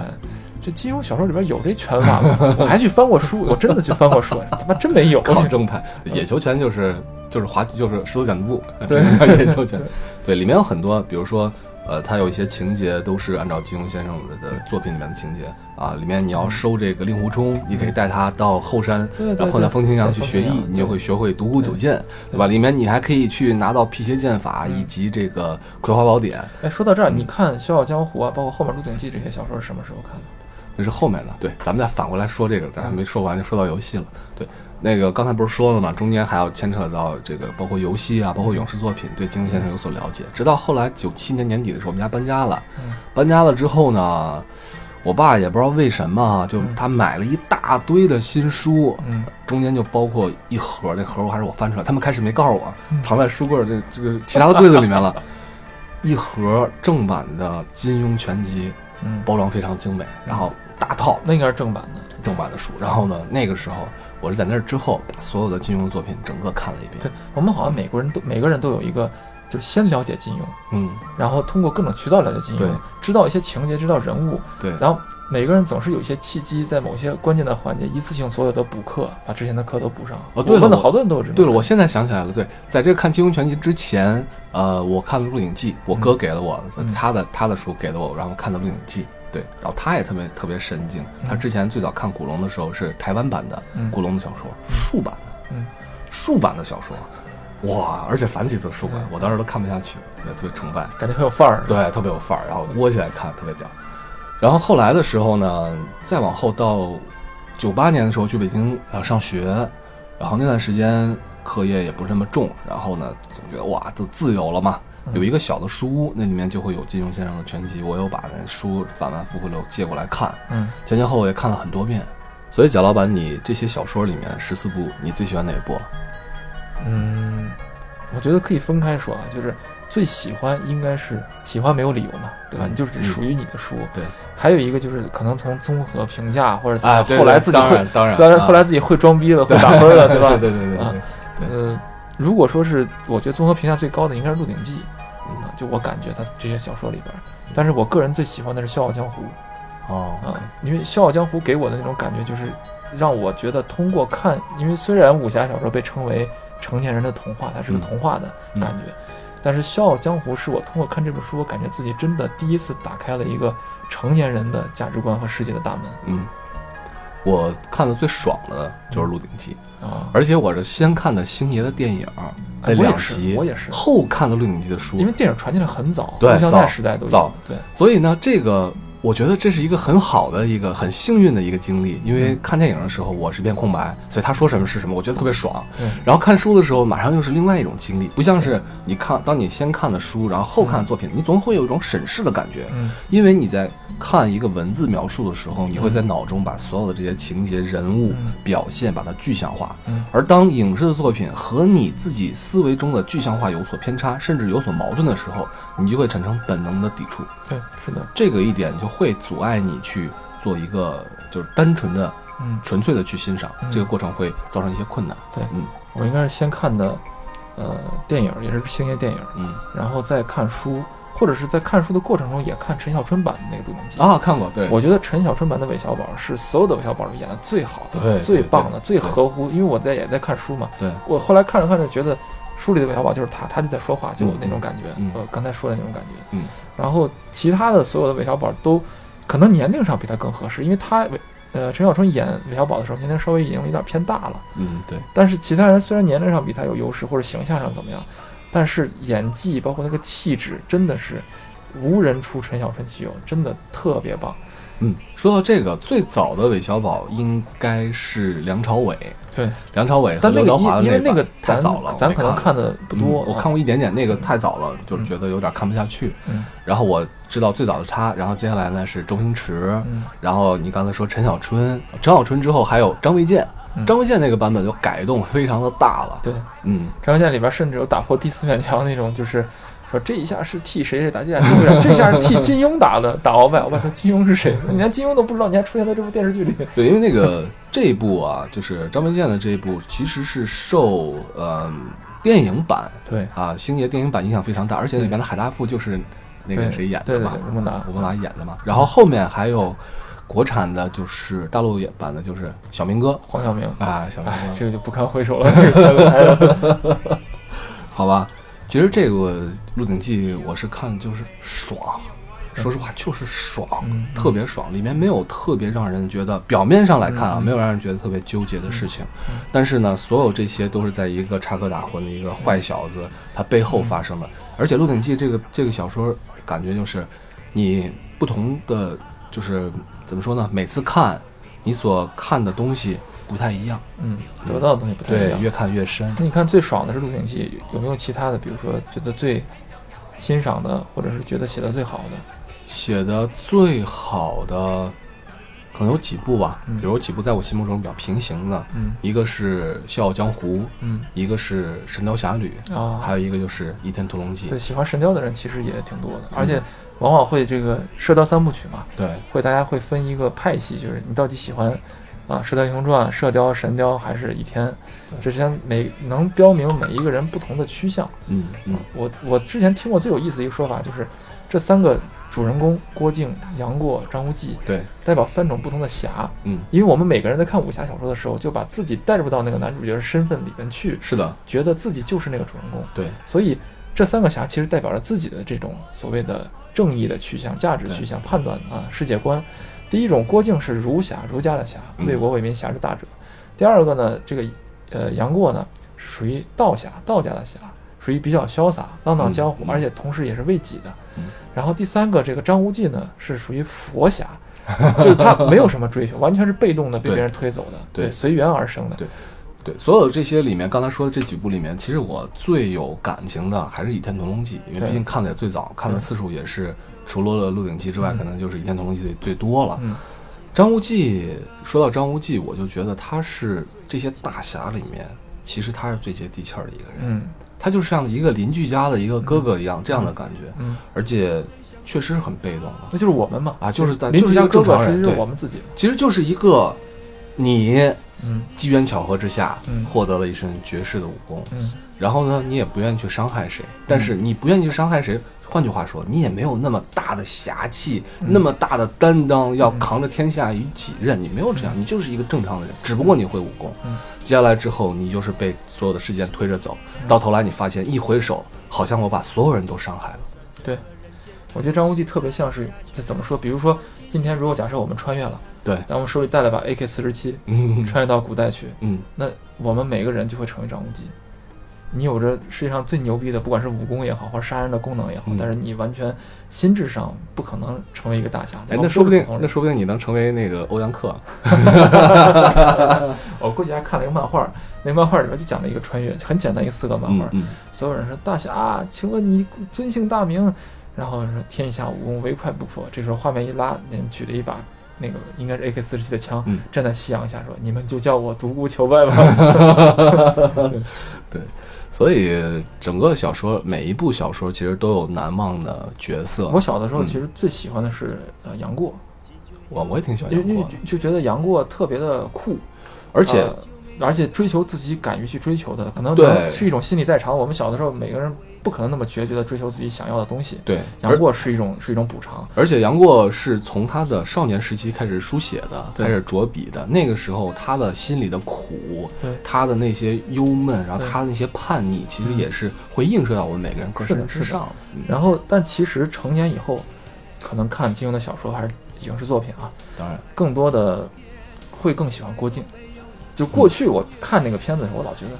S2: 这金庸小说里边有这拳法吗？ 我还去翻过书，我真的去翻过书，啊他妈真没有。
S1: 抗争派野球拳就是就是滑就是石头剪子布，
S2: 嗯对
S1: 野球拳， 对，里面有很多，比如说。呃，它有一些情节都是按照金庸先生的作品里面的情节啊，里面你要收这个令狐冲，你可以带他到后山，
S2: 嗯对对对
S1: 然后到风清扬去
S2: 对
S1: 学
S2: 风清
S1: 艺，
S2: 扬
S1: 你就会学会独孤九剑，对吧？里面你还可以去拿到辟邪剑法
S2: 嗯
S1: 以及这个葵花宝典，
S2: 哎，说到这儿，你看《笑傲江湖》啊，包括后面《鹿鼎记》这些小说是什么时候看的？
S1: 那是后面的。对，咱们再反过来说这个，咱还没说完就说到游戏了。对，那个刚才不是说了吗？中间还要牵扯到这个，包括游戏
S2: 嗯
S1: 啊，包括影视作品，对金庸先生有所了解。直到后来九七年年底的时候，我们家搬家了，搬家了之后呢。我爸也不知道为什么啊，就他买了一大堆的新书，
S2: 嗯，
S1: 中间就包括一盒，那盒我还是我翻出来，他们开始没告诉我，
S2: 嗯
S1: 藏在书柜儿这这个其他的柜子里面了， 一盒正版的金庸全集，
S2: 嗯，
S1: 包装非常精美，然后大套
S2: 那应该是正版的。
S1: 正版的书。然后呢，那个时候我是在那儿之后把所有的金庸作品整个看了一遍
S2: 对。我们好像每个人都每个人都有一个，就是先了解金庸，
S1: 嗯，
S2: 然后通过各种渠道了解金
S1: 对
S2: 庸，知道一些情节，知道人物，
S1: 对，
S2: 然后每个人总是有一些契机，在某些关键的环节，一次性所有的补课，把之前的课都补上。
S1: 哦对了
S2: 我问了
S1: 我
S2: 好多人都有这种。
S1: 对了，我现在想起来了，对，在这个看《金庸全集》之前，呃，我看了《鹿鼎记》，我哥给了我、
S2: 嗯
S1: 他的他的书给了我，然后看的《鹿鼎记》，对，然后他也特别特别神经，他之前最早看古龙的时候是台湾版的
S2: 嗯
S1: 古龙的小说，竖版的，
S2: 嗯
S1: 竖版的小说。哇！而且繁体字竖
S2: 嗯
S1: 版，我当时都看不下去，也特别崇拜。
S2: 感觉很有范儿。，
S1: 对，特别有范儿，然后窝起来看特别屌。然后后来的时候呢，再往后到九八年的时候去北京呃上学，然后那段时间课业也不是那么重，然后呢总觉得哇就自由了嘛。有一个小的书屋，那里面就会有金庸先生的全集，我又把那书反反复复的借过来看，
S2: 嗯，
S1: 前前后后也看了很多遍。所以贾老板，你这些小说里面十四部，你最喜欢哪一部？
S2: 嗯，我觉得可以分开说啊，就是最喜欢应该是喜欢没有理由嘛，对吧？
S1: 嗯
S2: 你就是属于你的书。
S1: 对，
S2: 还有一个就是可能从综合评价或者怎么
S1: 啊
S2: 样
S1: 对
S2: 哎后来
S1: 对
S2: 自己
S1: 当
S2: 会
S1: 然，当然
S2: 虽然
S1: 啊
S2: 后来自己会装逼了，会打分了，对吧？
S1: 对对对对
S2: 啊
S1: 对，
S2: 呃，如果说是我觉得综合评价最高的应该是《鹿鼎记》
S1: 嗯
S2: 啊，就我感觉它这些小说里边儿，但是我个人最喜欢的是《笑傲江湖》
S1: 哦，
S2: 啊，因为《笑傲江湖》给我的那种感觉就是让我觉得通过看，因为虽然武侠小说被称为成年人的童话，它是个
S1: 嗯
S2: 童话的感觉，但是《笑傲江湖》是我通过看这本书，我感觉自己真的第一次打开了一个成年人的价值观和世界的大门
S1: 嗯，我看的最爽的
S2: 嗯
S1: 就是《鹿鼎记》，
S2: 啊！
S1: 而且我是先看的星爷的电影那
S2: 哎我也
S1: 两
S2: 是
S1: 集，
S2: 我也是
S1: 后看的《鹿鼎记》的书
S2: 因为，电影传进来很早，
S1: 对
S2: 不像
S1: 早
S2: 那时代都有
S1: 早
S2: 对。
S1: 所以呢，这个我觉得这是一个很好的一个很幸运的一个经历，因为看电影的时候我是片空白，所以他说什么是什么，我觉得特别爽。
S2: 嗯
S1: 然后看书的时候，马上又是另外一种经历，不像是你看，当你先看的书，然后后看的作品，你总会有一种审视的感觉，
S2: 嗯
S1: 因为你在看一个文字描述的时候，你会在脑中把所有的这些情节、人物、
S2: 嗯
S1: 表现把它具象化
S2: 嗯，
S1: 而当影视作品和你自己思维中的具象化有所偏差，甚至有所矛盾的时候，你就会产生本能的抵触。
S2: 对，是的，
S1: 这个一点就会阻碍你去做一个就是单纯的、
S2: 嗯，
S1: 纯粹的去欣赏，
S2: 嗯
S1: 这个过程会造成一些困难。
S2: 对
S1: 嗯
S2: 我应该是先看的，呃，电影也是星爷电影，
S1: 嗯
S2: 然后再看书，或者是在看书的过程中也看陈小春版的那个《杜明记》。
S1: 啊，看过对，
S2: 我觉得陈小春版的韦小宝是所有的韦小宝里演的最好的、
S1: 对
S2: 最
S1: 对
S2: 棒的、最
S1: 对
S2: 合乎，因为我在也在看书嘛。
S1: 对
S2: 我后来看着看着觉得书里的韦小宝就是他，他就在说话，就有那种感觉，
S1: 嗯嗯
S2: 我刚才说的那种感觉。
S1: 嗯。
S2: 然后其他的所有的韦小宝都可能年龄上比他更合适，因为他韦呃陈小春演韦小宝的时候年龄稍微已经有点偏大了，
S1: 嗯对
S2: 但是其他人虽然年龄上比他有优势或者形象上怎么样，但是演技包括那个气质真的是无人出陈小春其右，真的特别棒。
S1: 嗯。说到这个，最早的韦小宝应该是梁朝伟，
S2: 对，
S1: 梁朝伟和
S2: 但那
S1: 刘德
S2: 个
S1: 华的
S2: 因因为那
S1: 那
S2: 个
S1: 版太
S2: 咱
S1: 早了，
S2: 咱可能
S1: 看
S2: 看的不
S1: 不
S2: 多啊，
S1: 我看过一点点，那个太早了，就是觉得有点看不下去。
S2: 嗯
S1: 然后我知道最早的他，然后接下来呢是周星驰，
S2: 嗯
S1: 然后你刚才说陈小春，陈小春之后还有张卫健，
S2: 嗯
S1: 张卫健那个版本就改动非常的大了。
S2: 对，
S1: 嗯，
S2: 张卫健里边甚至有打破第四面墙那种，就是说这一下是替谁谁打，这一下金庸，这一下是替金庸打的，打鳌拜，鳌拜说金庸是谁？你连金庸都不知道，你还出现在这部电视剧里，
S1: 对，因为那 个这一部啊，就是张卫健的这一部，其实是受嗯、电影版
S2: 对
S1: 啊星爷电影版影响非常大，而且里面的海大富就是那个
S2: 对
S1: 谁演
S2: 对
S1: 的
S2: 对
S1: 嘛
S2: 对，，吴孟达
S1: 吴，孟达演的嘛。然后后面还有国产的，就是大陆版的，就是小明哥
S2: 黄晓明，
S1: 啊，小明
S2: 哎，
S1: 哥，
S2: 这个就不堪回首了，这个拍的。
S1: 好吧。其实这个《鹿鼎记》我是看就是爽，说实话就是爽，
S2: 嗯
S1: 特别爽。里面没有特别让人觉得，表面上来看啊，
S2: 嗯嗯嗯
S1: 没有让人觉得特别纠结的事情。但是呢，所有这些都是在一个插科打诨的一个坏小子他背后发生的。而且《鹿鼎记》这个这个小说，感觉就是你不同的，就是怎么说呢？每次看你所看的东西不太一样，
S2: 嗯，得到的东西不太一
S1: 对，
S2: 样。
S1: 越看越深。
S2: 你看最爽的是《鹿鼎记》，有没有其他的？比如说觉得最欣赏的，或者是觉得写的最好的？
S1: 写的最好的，可能有几部吧，
S2: 嗯
S1: 比如有几部在我心目中比较平行的，
S2: 嗯
S1: 一个是《笑傲江湖》，
S2: 嗯
S1: 一个是《神雕侠侣》，
S2: 啊，
S1: 还有一个就是《倚天屠龙记》
S2: 对，喜欢神雕的人其实也挺多的，而且往往会这个射雕三部曲嘛，
S1: 对
S2: 会大家会分一个派系，就是你到底喜欢啊《射雕英雄传》、射雕、神雕还是倚天？这之前每能标明每一个人不同的趋向。
S1: 嗯嗯
S2: 我我之前听过最有意思的一个说法就是，这三个主人公郭靖、杨过、张无忌
S1: 对，
S2: 代表三种不同的侠，
S1: 嗯，
S2: 因为我们每个人在看武侠小说的时候，就把自己带入到那个男主角的身份里边去，
S1: 是的，
S2: 觉得自己就是那个主人公。
S1: 对
S2: 所以这三个侠其实代表着自己的这种所谓的正义的趋向、价值趋向、判断啊世界观。第一种，郭靖是儒侠，儒家的侠，
S1: 嗯
S2: 为国为民，侠之大者。第二个呢，这个呃杨过呢是属于道侠，道家的侠，属于比较潇洒、浪荡江湖，
S1: 嗯嗯
S2: 而且同时也是为己的。
S1: 嗯
S2: 然后第三个，这个张无忌呢是属于 佛侠，就是他没有什么追求，完全是被动的被
S1: 对
S2: 别人推走的，
S1: 对
S2: 随缘而生的。
S1: 对对，所有这些里面，刚才说的这几部里面，其实我最有感情的还是《倚天屠龙记》，因为
S2: 对
S1: 毕竟看的也最早，看的次数也是除了《鹿鼎记》之外，
S2: 嗯
S1: 可能就是《倚天屠龙记》最多了。
S2: 嗯
S1: 张无忌，说到张无忌，我就觉得他是这些大侠里面，其实他是最接地气儿的一个人。
S2: 嗯
S1: 他就是像一个邻居家的一个哥哥一样，这样的感觉，
S2: 嗯，
S1: 而且确实很被动啊。
S2: 那就是我们嘛
S1: 啊就是在
S2: 邻
S1: 就是
S2: 居
S1: 一
S2: 家
S1: 个
S2: 哥
S1: 正
S2: 哥，
S1: 常
S2: 其
S1: 人
S2: 实就是
S1: 对
S2: 我们自己嘛。
S1: 其实就是一个你
S2: 嗯
S1: 机缘巧合之下
S2: 嗯
S1: 获得了一身绝世的武功，
S2: 嗯
S1: 然后呢，你也不愿意去伤害谁，但是你不愿意去伤害谁，换句话说，你也没有那么大的侠气，那么大的担当，要扛着天下于己任，你没有这样，你就是一个正常的人，只不过你会武功
S2: 嗯。
S1: 接下来之后，你就是被所有的事件推着走，到头来你发现，一回首，好像我把所有人都伤害了。
S2: 对，我觉得张无忌特别像是这怎么说？比如说，今天如果假设我们穿越了，
S1: 对，
S2: 但我们手里带了把 AK 四十七，
S1: 嗯
S2: 穿越到古代去，
S1: 嗯
S2: 那我们每个人就会成为张无忌。你有着世界上最牛逼的，不管是武功也好，或者杀人的功能也好，
S1: 嗯
S2: 但是你完全心智上不可能成为一个大侠。
S1: 哎
S2: 对，吧
S1: 那说不定
S2: 我们，都
S1: 那
S2: 是
S1: 说不定你能成为那个欧阳克。
S2: 普通人我哦过去还看了一个漫画，那个漫画里面就讲了一个穿越，很简单一个四个漫画，
S1: 嗯嗯，
S2: 所有人说大侠，请问你尊姓大名？然后人说天下武功唯快不破。这时候画面一拉，那人举了一把那个应该是 AK 四十七的枪，
S1: 嗯
S2: 站在夕阳下说：“你们就叫我独孤求败吧。。
S1: 所以整个小说每一部小说其实都有难忘的角”色
S2: 我小的时候
S1: 嗯
S2: 其实最喜欢的是呃杨过，
S1: 我我也挺喜欢
S2: 因为
S1: 杨
S2: 因为
S1: 过的，
S2: 就就觉得杨过特别的酷，
S1: 而且
S2: 呃而且追求自己敢于去追求的，可能
S1: 对
S2: 能是一种心理代偿。我们小的时候每个人不可能那么决绝的追求自己想要的东西，
S1: 对，
S2: 杨过是一种是一种补偿。
S1: 而且杨过是从他的少年时期开始书写的，
S2: 对
S1: 开始着笔的。那个时候，他的心里的苦
S2: 对，
S1: 他的那些忧闷，然后
S2: 对
S1: 他的那些叛逆，其实
S2: 嗯
S1: 也是会映射到我们每个人个
S2: 是的
S1: 身
S2: 是
S1: 之
S2: 的
S1: 上。嗯
S2: 然后，但其实成年以后，可能看金庸的小说还是影视作品啊，
S1: 当然，
S2: 更多的会更喜欢郭靖。就过去我看那个片子的时候，我老觉得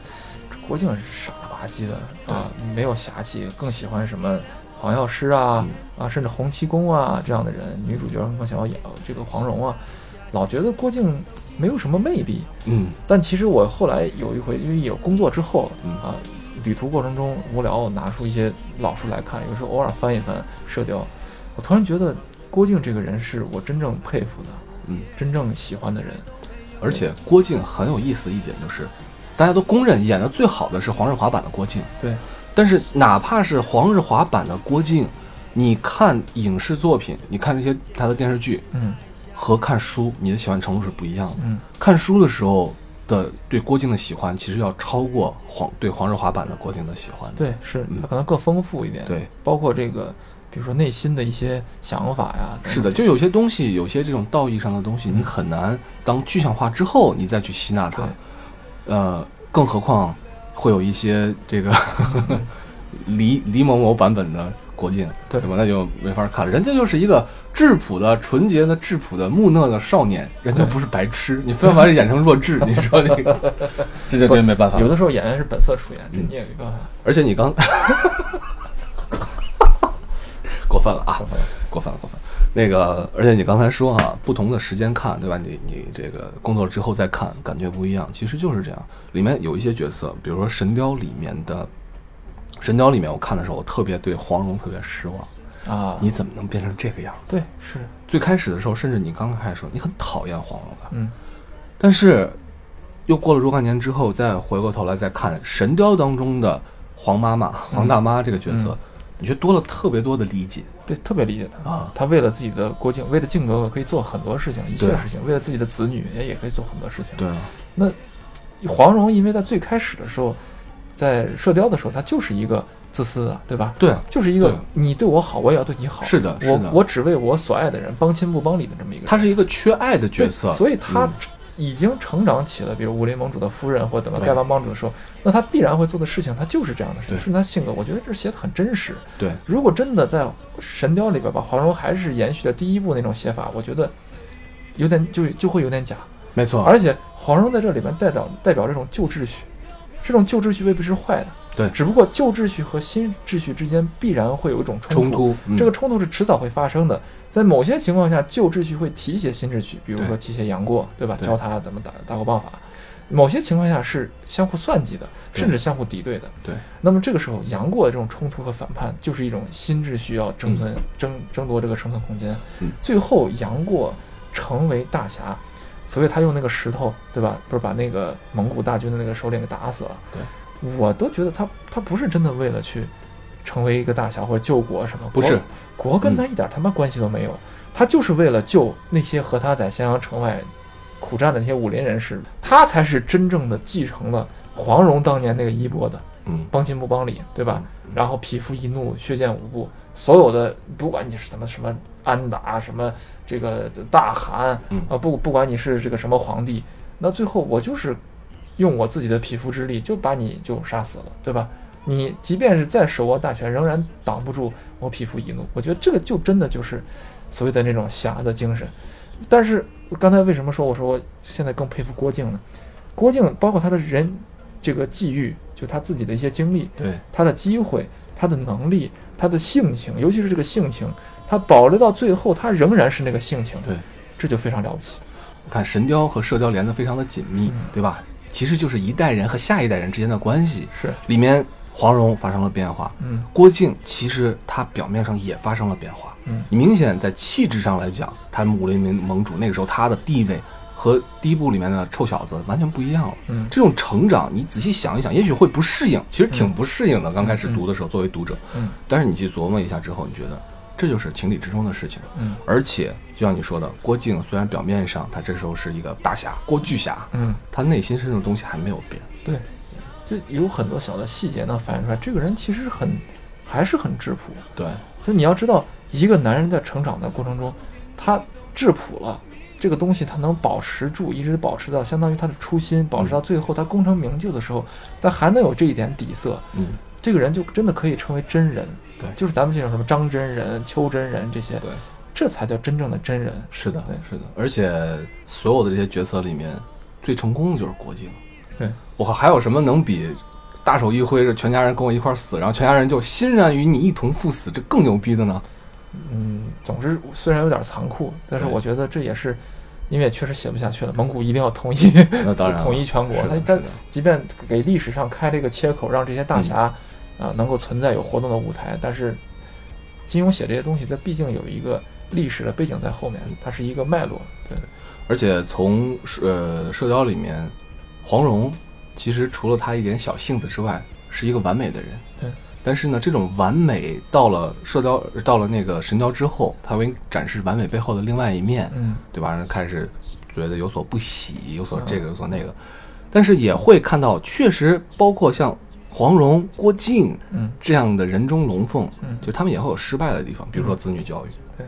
S2: 这郭靖是傻了吧唧的啊，没有侠气，更喜欢什么黄药师啊、啊，甚至洪七公啊这样的人，女主角更想要演这个黄蓉啊，老觉得郭靖没有什么魅力。
S1: 嗯，
S2: 但其实我后来有一回，因为有工作之后
S1: 嗯
S2: 啊，旅途过程中无聊，我拿出一些老书来看，有时候偶尔翻一翻《射雕》，我突然觉得郭靖这个人是我真正佩服的，
S1: 嗯，
S2: 真正喜欢的人。
S1: 而且郭靖很有意思的一点就是，大家都公认演的最好的是黄日华版的郭靖。
S2: 对，
S1: 但是哪怕是黄日华版的郭靖，你看影视作品，你看这些他的电视剧
S2: 嗯
S1: 和看书，你的喜欢程度是不一样的。
S2: 嗯，
S1: 看书的时候的对郭靖的喜欢，其实要超过黄对黄日华版的郭靖的喜欢。
S2: 对，是
S1: 嗯
S2: 他可能更丰富一点，，
S1: 对，
S2: 包括这个，比如说内心的一些想法呀，等等
S1: 是的，就有些东西，有些这种道义上的东西，你很难当具象化之后，你再去吸纳它
S2: 对。
S1: 呃，更何况会有一些这个 黎黎某某版本的郭靖，
S2: 对
S1: 吧？那就没法看了，人家就是一个质朴的、纯洁的、质朴的、木讷的少年，人家不是白痴，你非要把这演成弱 智，你说这个，这就真没办法
S2: 有
S1: 了。
S2: 的时候演员是本色出演，这
S1: 嗯
S2: 你也没办法。
S1: 而且你刚， 过分了啊！过分了，过分了。那个，而且你刚才说哈、不同的时间看，对吧？你你这个工作之后再看，感觉不一样。其实就是这样。里面有一些角色，比如说《神雕》里面的，《神雕》里面我看的时候，我特别对黄蓉特别失望。
S2: 啊，
S1: 你怎么能变成这个样子？
S2: 对是，
S1: 最开始的时候，甚至你刚开始的时候，你很讨厌黄蓉的，
S2: 嗯
S1: 但是又过了若干年之后，再回过头来再看《神雕》当中的黄妈妈、黄大妈这个角色，
S2: 嗯
S1: 你觉得多了特别多的理解
S2: 对，特别理解他。
S1: 啊。
S2: 他为了自己的郭靖，为了靖哥哥可以做很多事情，一切
S1: 对
S2: 事情；为了自己的子女也也可以做很多事情。
S1: 对啊，
S2: 黄蓉因为在最开始的时候，在射雕的时候，她就是一个自私的，对吧？
S1: 对啊，
S2: 就是一个
S1: 对
S2: 你对我好，我也要对你好。
S1: 是的是
S2: 我
S1: 的
S2: 我只为我所爱的人帮亲不帮理的这么一个人
S1: 她是一个缺爱的角色，
S2: 对所以她
S1: 嗯
S2: 已经成长起了，比如武林盟主的夫人或等到
S1: 对
S2: 丐帮帮主的时候，那她必然会做的事情，她就是这样的事情，
S1: 对
S2: 是她性格。我觉得这写的很真实。
S1: 对
S2: 如果真的在《神雕》里边把黄蓉还是延续的第一部那种写法，我觉得有点就就会有点假。
S1: 没错，
S2: 而且黄蓉在这里面代表代表这种旧秩序，这种旧秩序未必是坏的，
S1: 对
S2: 只不过旧秩序和新秩序之间必然会有一种冲
S1: 冲突、嗯
S2: 这个冲突是迟早会发生的。在某些情况下，旧秩序会提携新秩序，比如
S1: 对
S2: 说提携杨过，对吧？
S1: 对
S2: 教他怎么打打狗棒法。某些情况下是相互算计的，
S1: 对
S2: 甚至相互敌对的。
S1: 对，
S2: 那么这个时候，杨过的这种冲突和反叛，就是一种新秩序要争存、争争夺这个生存空间。
S1: 嗯
S2: 最后，杨过成为大侠，所以他用那个石头，对吧？不是把那个蒙古大军的那个首领给打死了。我都觉得他他不是真的为了去成为一个大侠或者救国什么，
S1: 不是
S2: 国国跟他一点他妈关系都没有，他就是为了救那些和他在襄阳城外苦战的那些武林人士，他才是真正的继承了黄蓉当年那个衣钵的，
S1: 嗯
S2: 帮亲不帮理，对吧？然后匹夫一怒，血溅五步，所有的不管你是什么什么安达，什么这个大汗，
S1: 嗯
S2: 啊不不管你是这个什么皇帝，那最后我就是用我自己的匹夫之力就把你就杀死了，对吧？你即便是再手握大权，仍然挡不住我匹夫一怒。我觉得这个就真的就是所谓的那种侠的精神。但是刚才为什么说我说我现在更佩服郭靖呢？郭靖包括他的人这个际遇，就就他自己的一些经历，
S1: 对，
S2: 他的机会、他的能力、他的性情，尤其是这个性情，他保留到最后，他仍然是那个性情。
S1: 对，
S2: 这就非常了不起。
S1: 看神雕和射雕连得非常的紧密
S2: 嗯，
S1: 对吧？其实就是一代人和下一代人之间的关系，
S2: 是，
S1: 里面黄蓉发生了变化，
S2: 嗯
S1: 郭靖其实他表面上也发生了变化，
S2: 嗯
S1: 明显在气质上来讲，他们武林盟盟主那个时候他的地位和第一部里面的臭小子完全不一样了。
S2: 嗯
S1: 这种成长，你仔细想一想，也许会不适应，其实挺不适应的。刚开始读的时候，作为读者，
S2: 嗯
S1: 但是你去琢磨一下之后，你觉得这就是情理之中的事情。
S2: 嗯
S1: 而且就像你说的，郭靖虽然表面上他这时候是一个大侠，郭巨侠，
S2: 嗯，
S1: 他内心深处的东西还没有变。
S2: 对，就有很多小的细节能反映出来，这个人其实很还是很质朴。
S1: 对，
S2: 就你要知道，一个男人在成长的过程中，他质朴了。这个东西他能保持住，一直保持到相当于他的初心，保持到最后他功成名就的时候，他还能有这一点底色，
S1: 嗯，
S2: 这个人就真的可以称为真人。
S1: 对
S2: 就是咱们这种什么张真人、邱真人这些，
S1: 对，
S2: 这才叫真正的真人。
S1: 是的
S2: 对，
S1: 是的。而且所有的这些角色里面，最成功的就是郭靖。
S2: 对，
S1: 我靠，还有什么能比大手一挥，这全家人跟我一块儿死，然后全家人就欣然与你一同赴死，这更牛逼的 呢？
S2: 嗯，总之虽然有点残酷，但是
S1: 对
S2: 我觉得这也是，因为也确实写不下去了。蒙古一定要统一，
S1: 那当然了，
S2: 统一全国。
S1: 是的
S2: 他
S1: 是
S2: 他
S1: 的，
S2: 即便给历史上开了一个切口，让这些大侠啊、
S1: 嗯
S2: 能够存在有活动的舞台，但是金庸写这些东西，它毕竟有一个历史的背景在后面
S1: 嗯，
S2: 它是一个脉络。对，
S1: 而且从呃射雕里面，黄蓉其实除了她一点小性子之外，是一个完美的人。
S2: 对。
S1: 但是呢，这种完美到了射雕，到了那个神雕之后，他会展示完美背后的另外一面。
S2: 嗯，
S1: 对吧？人开始觉得有所不喜，有所
S2: 嗯
S1: 这个，有所那个，但是也会看到，确实包括像黄蓉、郭靖，
S2: 嗯，
S1: 这样的人中龙凤，
S2: 嗯
S1: 就他们也会有失败的地方，比如说子女教育，
S2: 对，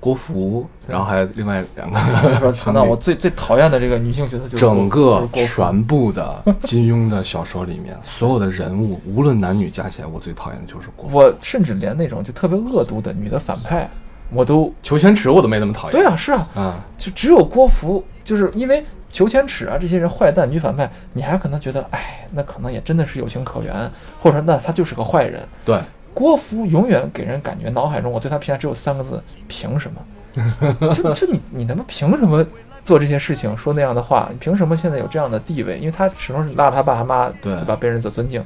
S1: 郭芙，然后还有另外两个，
S2: 说谈到我最最讨厌的这个女性角色，就是
S1: 整
S2: 郭
S1: 个
S2: 就是郭芙
S1: 全部的金庸的小说里面，所有的人物，无论男女加起来，我最讨厌的就是郭芙。
S2: 我甚至连那种就特别恶毒的女的反派，我都
S1: 裘千尺我都没那么讨厌，
S2: 对啊，是啊，
S1: 啊，
S2: 就只有郭芙，就是因为裘千尺啊这些人坏蛋女反派，你还可能觉得，哎，那可能也真的是有情可原，或者说那他就是个坏人。
S1: 对，
S2: 郭芙永远给人感觉脑海中我对他评价只有三个字：凭什么？ 就就你你他妈凭什么做这些事情，说那样的话？你凭什么现在有这样的地位？因为他始终是拉着他爸他妈，
S1: 对
S2: 吧？被人所尊敬，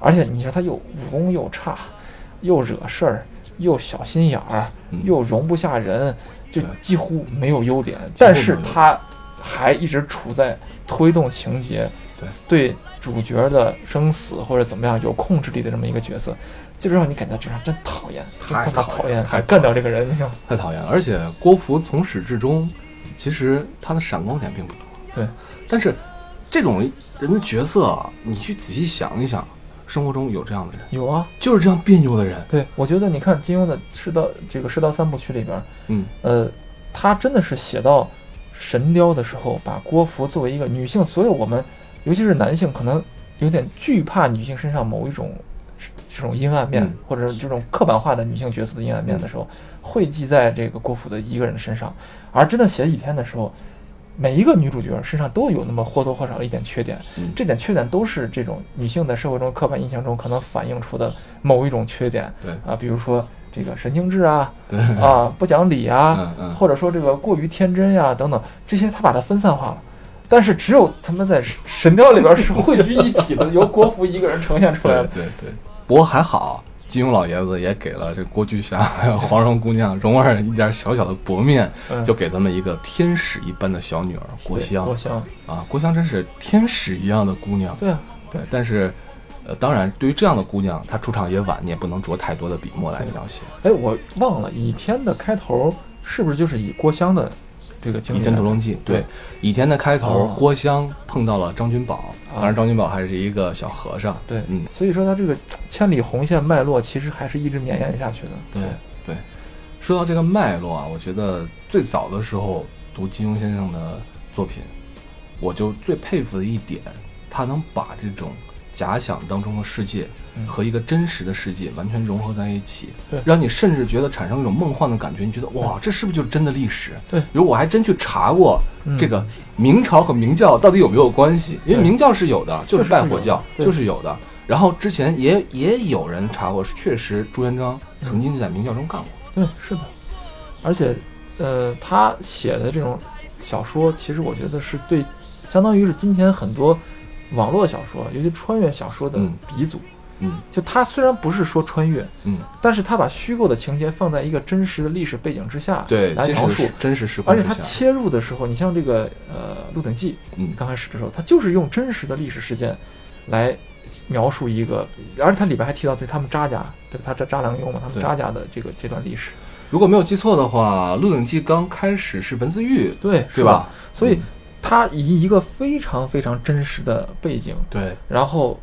S2: 而且你说他又武功又差，又惹事儿，又小心眼儿，
S1: 嗯
S2: 又容不下人，就
S1: 对
S2: 几乎没有优点。但
S1: 没有
S2: 是
S1: 优点
S2: 他还一直处在推动情节，对主角的生死或者怎么样有控制力的这么一个角色，就是让你感觉这人真讨厌，真
S1: 太
S2: 他妈
S1: 讨
S2: 讨
S1: 厌
S2: 厌，
S1: 太
S2: 想
S1: 讨
S2: 干掉这个人，你知道吗？
S1: 太讨厌了。而且郭芙从始至终，其实她的闪光点并不多。
S2: 对，
S1: 但是这种人的角色啊，你去仔细想一想，生活中有这样的人，
S2: 有啊，
S1: 就是这样别扭的人。
S2: 对我觉得你看金庸的《世道》这个《世道三部曲》里边，
S1: 嗯，
S2: 呃，他真的是写到神雕的时候，把郭芙作为一个女性，所有我们，尤其是男性，可能有点惧怕女性身上某一种这种阴暗面，
S1: 嗯
S2: 或者是这种刻板化的女性角色的阴暗面的时候，汇集在这个郭芙的一个人身上。而真的写倚天的时候，每一个女主角身上都有那么或多或少的一点缺点，
S1: 嗯
S2: 这点缺点都是这种女性的社会中刻板印象中可能反映出的某一种缺点。
S1: 对
S2: 啊，比如说这个神经质啊，
S1: 对，
S2: 啊，不讲理啊
S1: 嗯，嗯
S2: 或者说这个过于天真呀、等等，这些他把它分散化了。但是只有他们在《神雕》里边是汇聚一体的，由郭芙一个人呈现出来
S1: 对
S2: 的。
S1: 对对。不过还好，金庸老爷子也给了这郭巨侠、还有黄蓉姑娘、蓉儿一点小小的薄面，
S2: 嗯
S1: 就给他们一个天使一般的小女儿郭襄
S2: 郭襄，
S1: 啊，郭襄真是天使一样的姑娘。
S2: 对啊，
S1: 对，但是，呃，当然，对于这样的姑娘，她出场也晚，你也不能着太多的笔墨来描写。
S2: 哎，我忘了《倚天》的开头是不是就是以郭襄的这个
S1: 《
S2: 经
S1: 倚
S2: 历
S1: 天
S2: 来
S1: 屠龙记》对，《倚天》的开头，
S2: 哦
S1: 郭襄碰到了张君宝，
S2: 啊
S1: 当然张君宝还是一个小和尚。
S2: 对，
S1: 嗯，
S2: 所以说他这个千里红线脉络其实还是一直绵延下去的。
S1: 对对。说到这个脉络啊，我觉得最早的时候读金庸先生的作品，我就最佩服的一点，他能把这种假想当中的世界
S2: 嗯
S1: 和一个真实的世界完全融合在一起，
S2: 对
S1: 让你甚至觉得产生一种梦幻的感觉。你觉得哇，这是不是就是真的历史？
S2: 对
S1: 比如我还真去查过
S2: 嗯
S1: 这个明朝和明教到底有没有关系，因为
S2: 对
S1: 明教是有的，就是
S2: 确实是
S1: 拜火
S2: 有的
S1: 教
S2: 对
S1: 就是有的。然后之前也也有人查过，确实朱元璋曾经在明教中干过。
S2: 对，是的，而且，呃，他写的这种小说，其实我觉得是对，相当于是今天很多网络小说，尤其穿越小说的
S1: 嗯
S2: 鼻祖。
S1: 嗯
S2: 就他虽然不是说穿越，
S1: 嗯，
S2: 但是他把虚构的情节放在一个真实的历史背景之下
S1: 对，
S2: 来
S1: 真
S2: 描
S1: 实
S2: 述
S1: 时，真实时空
S2: 而且
S1: 之
S2: 他
S1: 下，
S2: 切入的时候，你像这个呃《鹿鼎记》，
S1: 嗯
S2: 刚开始的时候，他就是用真实的历史事件来描述一个，而且他里边还提到对他们扎家，对吧？他这扎良庸嘛，他们
S1: 对
S2: 扎家的这个这段历史，
S1: 如果没有记错的话，《鹿鼎记》刚开始是文字狱，
S2: 对
S1: 对
S2: 是
S1: 吧？？
S2: 所以他以一个非常非常真实的背景，
S1: 对，
S2: 然后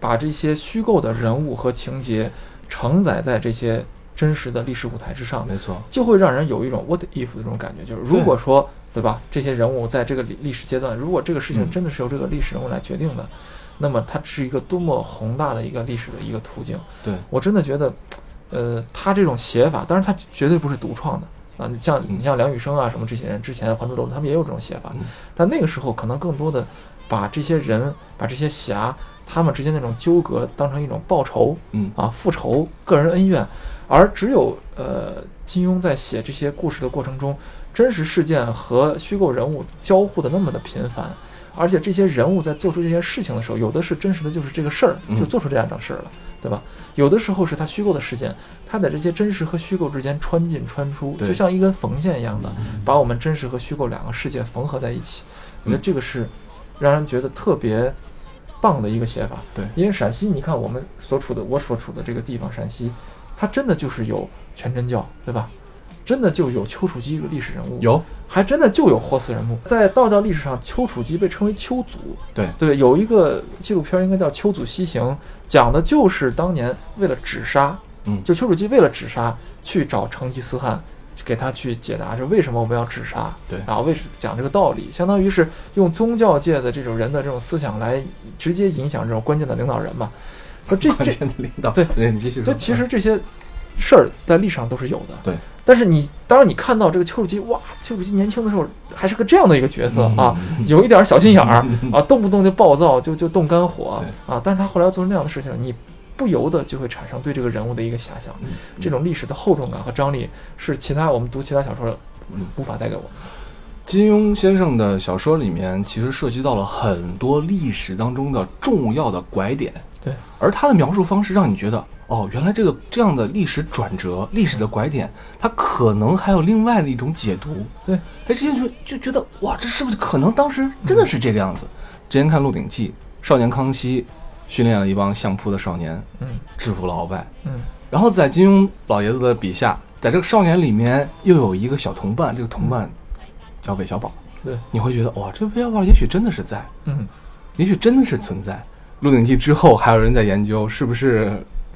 S2: 把这些虚构的人物和情节承载在这些真实的历史舞台之上，
S1: 没错，
S2: 就会让人有一种 what if 的这种感觉，就是如果说对吧，这些人物在这个历历史阶段，如果这个事情
S1: 嗯
S2: 真的是由这个历史人物来决定的，那么它是一个多么宏大的一个历史的一个途径。
S1: 对，
S2: 我真的觉得，呃，他这种写法，当然他绝对不是独创的啊。你像
S1: 嗯
S2: 你像梁羽生啊什么这些人，之前《还珠格格》他们也有这种写法
S1: 嗯，
S2: 但那个时候可能更多的把这些人、把这些侠他们之间那种纠葛当成一种报仇，
S1: 嗯
S2: 啊，复仇、个人恩怨，而只有呃，金庸在写这些故事的过程中，真实事件和虚构人物交互的那么的频繁，而且这些人物在做出这些事情的时候，有的是真实的，就是这个事儿
S1: 嗯
S2: 就做出这样一档事儿了，对吧？有的时候是他虚构的事件，他在这些真实和虚构之间穿进穿出，
S1: 对嗯
S2: 就像一根缝线一样的，把我们真实和虚构两个世界缝合在一起。我觉
S1: 嗯
S2: 得这个是让人觉得特别棒的一个写法。
S1: 对
S2: 因为陕西，你看我们所处的我所处的这个地方，陕西，它真的就是有全真教，对吧？真的就有丘处机这个历史人物，
S1: 有，
S2: 还真的就有活死人墓。在道教历史上，丘处机被称为丘祖，
S1: 对
S2: 对，有一个纪录片应该叫《丘祖西行》，讲的就是当年为了止杀，
S1: 嗯
S2: 就丘处机为了止杀去找成吉思汗，去给他去解答，就为什么我们要止杀，
S1: 对
S2: 然后为什讲这个道理，相当于是用宗教界的这种人的这种思想来直接影响这种关键的领导人嘛。说 这
S1: 关
S2: 这
S1: 键的领导，
S2: 对，
S1: 你继续说。
S2: 这其实这些事儿在历史上都是有的。
S1: 对，
S2: 但是你当然你看到这个丘处机，哇，丘处机年轻的时候还是个这样的一个角色啊，有一点小心眼儿啊，动不动就暴躁，就就动肝火啊。但是他后来做成那样的事情，你不由得就会产生对这个人物的一个遐想。这种历史的厚重感和张力是其他我们读其他小说
S1: 嗯
S2: 无法带给我的。
S1: 金庸先生的小说里面，其实涉及到了很多历史当中的重要的拐点，
S2: 对，
S1: 而他的描述方式让你觉得，哦，原来这个这样的历史转折、历史的拐点，它可能还有另外的一种解读。
S2: 对，
S1: 哎，之前就就觉得，哇，这是不是可能当时真的是这个样子？之前看《鹿鼎记》，少年康熙训练了一帮相扑的少年，
S2: 嗯
S1: 制服了鳌拜，
S2: 嗯，
S1: 然后在金庸老爷子的笔下，在这个少年里面又有一个小同伴，这个同伴叫韦小宝，
S2: 对，
S1: 你会觉得哇，这韦小宝也许真的是在，
S2: 嗯，
S1: 也许真的是存在。《鹿鼎记》之后，还有人在研究是不是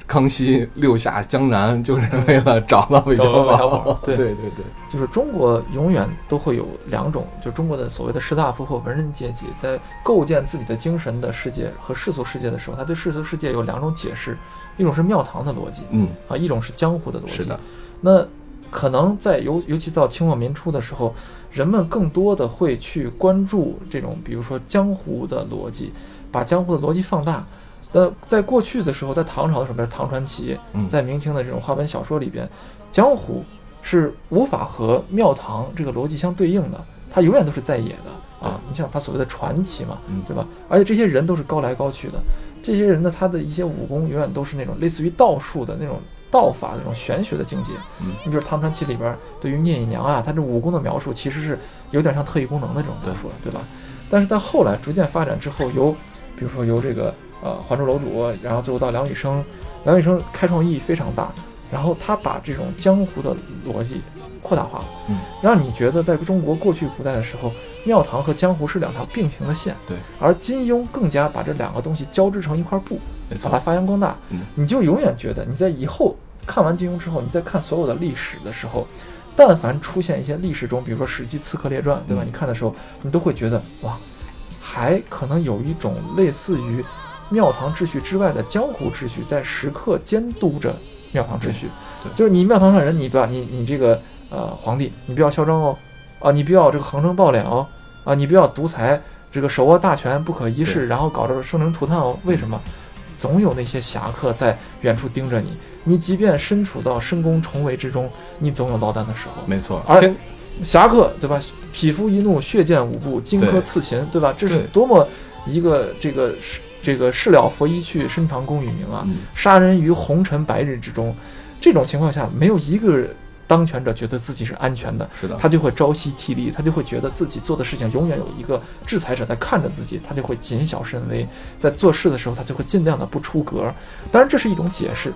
S1: 康熙六下江南 就是为了找到韦小
S2: 找到韦小
S1: 宝
S2: 宝。对
S1: 对对对，
S2: 就是中国永远都会有两种，就中国的所谓的士大夫或文人阶级，在构建自己的精神的世界和世俗世界的时候，他对世俗世界有两种解释，一种是庙堂的逻辑
S1: 嗯，
S2: 啊，一种是江湖的逻辑。
S1: 是的，
S2: 那可能在尤尤其到清末民初的时候，人们更多的会去关注这种，比如说江湖的逻辑，把江湖的逻辑放大。那在过去的时候，在唐朝的时候，比如唐传奇，
S1: 嗯，
S2: 在明清的这种话本小说里边，江湖是无法和庙堂这个逻辑相对应的，它永远都是在野的啊
S1: 对。
S2: 你像它所谓的传奇嘛
S1: 嗯，
S2: 对吧？而且这些人都是高来高去的，这些人呢，他的一些武功永远都是那种类似于道术的那种道法的那种玄学的境界。
S1: 嗯
S2: 你比如《唐传奇》里边对于聂隐娘啊，她这武功的描述其实是有点像特异功能的这种描述了，对吧？但是到后来逐渐发展之后，由比如说由这个呃还珠楼主，然后最后到梁羽生，梁羽生开创意义非常大，然后他把这种江湖的逻辑扩大化了，
S1: 嗯
S2: 让你觉得在中国过去古代的时候，庙堂和江湖是两条并行的线，
S1: 对，
S2: 而金庸更加把这两个东西交织成一块布，
S1: 没
S2: 把它
S1: 错，
S2: 发扬光大，
S1: 嗯
S2: 你就永远觉得你在以后看完金庸之后，你在看所有的历史的时候，但凡出现一些历史中，比如说《史记·刺客列传》，对吧？
S1: 嗯
S2: 你看的时候，你都会觉得哇，还可能有一种类似于庙堂秩序之外的江湖秩序在时刻监督着庙堂秩序
S1: 对。对
S2: 就是你庙堂上人，你不要你你这个呃皇帝，你不要嚣张哦，啊，你不要这个横征暴敛哦，啊，你不要独裁，这个手握大权不可一世，
S1: 对嗯
S2: 然后搞得生灵涂炭哦。为什么？总有那些侠客在远处盯着你，你即便身处到深宫重围之中，你总有落单的时候。
S1: 没错，
S2: 而
S1: 天
S2: 侠客对吧？匹夫一怒，血溅五步，荆轲刺秦，对吧？这是
S1: 对
S2: 多么一个这个是这个事了拂衣去，深藏功与名啊！
S1: 嗯，
S2: 杀人于红尘白日之中，这种情况下，没有一个当权者觉得自己是安全的，
S1: 是的，
S2: 他就会朝夕惕厉，他就会觉得自己做的事情永远有一个制裁者在看着自己，他就会谨小慎微，在做事的时候，他就会尽量的不出格。当然，这是一种解释，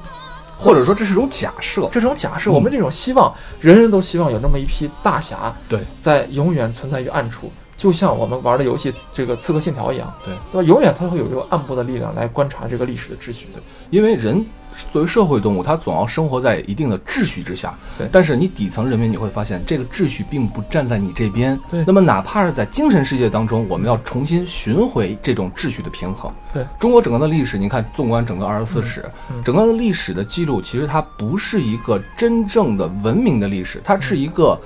S1: 或者说这是种假设，
S2: 这种假设，
S1: 嗯
S2: 我们这种希望，人人都希望有那么一批大侠，
S1: 对，
S2: 在永远存在于暗处，就像我们玩的游戏这个《刺客信条》一样，
S1: 对，
S2: 对吧？永远它会有一个暗部的力量来观察这个历史的秩序，对，
S1: 因为人作为社会动物，他总要生活在一定的秩序之下。
S2: 对
S1: 但是你底层人民，你会发现这个秩序并不站在你这边。
S2: 对
S1: 那么哪怕是在精神世界当中，我们要重新寻回这种秩序的平衡。
S2: 对，
S1: 中国整个的历史，你看，纵观整个二十四史，
S2: 嗯嗯
S1: 整个的历史的记录，其实它不是一个真正的文明的历史，它是一个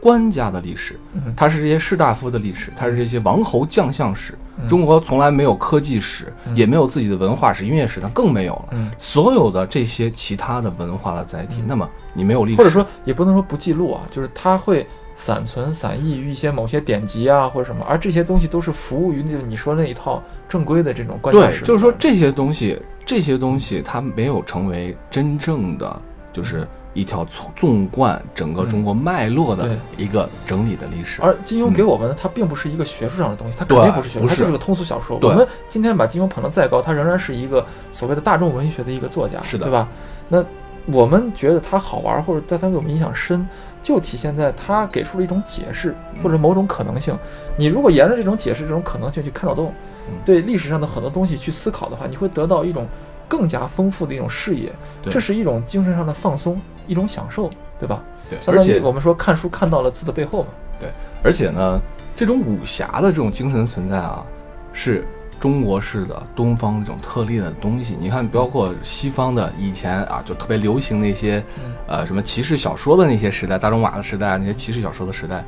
S1: 官家的历史，
S2: 嗯
S1: 它是这些士大夫的历史，它是这些王侯将相史。
S2: 嗯
S1: 中国从来没有科技史，也没有自己的文化史、音乐史，它更没有了。
S2: 嗯
S1: 所有的这些其他的文化的载体，那么你没有历史，
S2: 或者说也不能说不记录啊，就是它会散存、散佚于一些某些典籍啊或者什么，而这些东西都是服务于那你说那一套正规的这种观察
S1: 对
S2: 史，，
S1: 就是说这些东西，这些东西它没有成为真正的，
S2: 嗯
S1: 就是一条纵纵贯整个中国脉络的
S2: 嗯
S1: 一个整理的历史。
S2: 而金庸给我们的，它并不是一个学术上的东西，它肯
S1: 嗯对
S2: 定不是学术，
S1: 不
S2: 它
S1: 是
S2: 就是个通俗小说。
S1: 对
S2: 我们今天把金庸捧得再高，他仍然是一个所谓的大众文学的一个作家，
S1: 是的
S2: 对吧？那我们觉得他好玩，或者对他给我们影响深，就体现在他给出了一种解释
S1: 嗯
S2: 或者某种可能性。你如果沿着这种解释、这种可能性去看脑洞
S1: 嗯，
S2: 对历史上的很多东西去思考的话，你会得到一种更加丰富的一种视野，
S1: 对
S2: 这是一种精神上的放松，一种享受，对吧？
S1: 对，
S2: 相
S1: 而
S2: 当于
S1: 且
S2: 我们说看书看到了字的背后嘛。
S1: 而且呢，这种武侠的这种精神存在啊，是中国式的东方这种特例的东西。你看，包括西方的以前啊，就特别流行那些
S2: 嗯，
S1: 呃，什么骑士小说的那些时代，大仲马的时代，那些骑士小说的时代。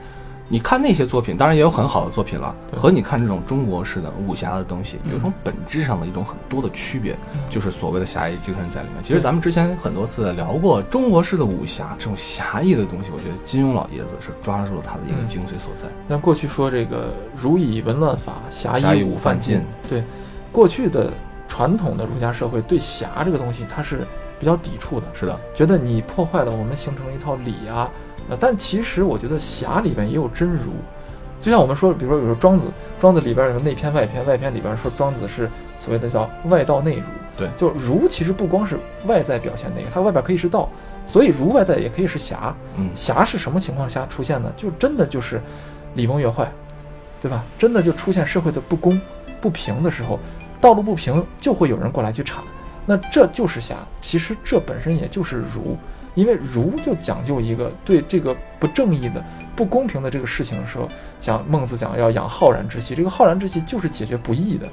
S1: 你看那些作品，当然也有很好的作品了，
S2: 对
S1: 和你看这种中国式的武侠的东西，
S2: 嗯
S1: 有一种本质上的一种很多的区别，
S2: 嗯
S1: 就是所谓的侠义精神在里面。其实
S2: 对
S1: 咱们之前很多次聊过中国式的武侠这种侠义的东西，我觉得金庸老爷子是抓住了他的一个
S2: 嗯
S1: 精髓所在。
S2: 像过去说这个“儒以文乱法，侠
S1: 侠
S2: 以
S1: 以
S2: 武
S1: 武
S2: 犯
S1: 犯禁
S2: 禁”，对，过去的传统的儒家社会对侠这个东西它是比较抵触的，
S1: 是的，
S2: 觉得你破坏了我们形成了一套礼啊。呃，但其实我觉得侠里边也有真儒，就像我们说，比如说，比如说庄子，庄子里边有内篇、外篇，外篇里边说庄子是所谓的叫外道内儒。
S1: 对
S2: 就儒其实不光是外在表现那个，它外边可以是道，所以儒外在也可以是侠。
S1: 嗯，
S2: 侠是什么情况下出现呢？就真的就是礼崩乐坏，对吧？真的就出现社会的不公、不平的时候，道路不平就会有人过来去铲，那这就是侠。其实这本身也就是儒，因为儒就讲究一个对这个不正义的、不公平的这个事情的时候，讲孟子讲要养浩然之气，这个浩然之气就是解决不义的。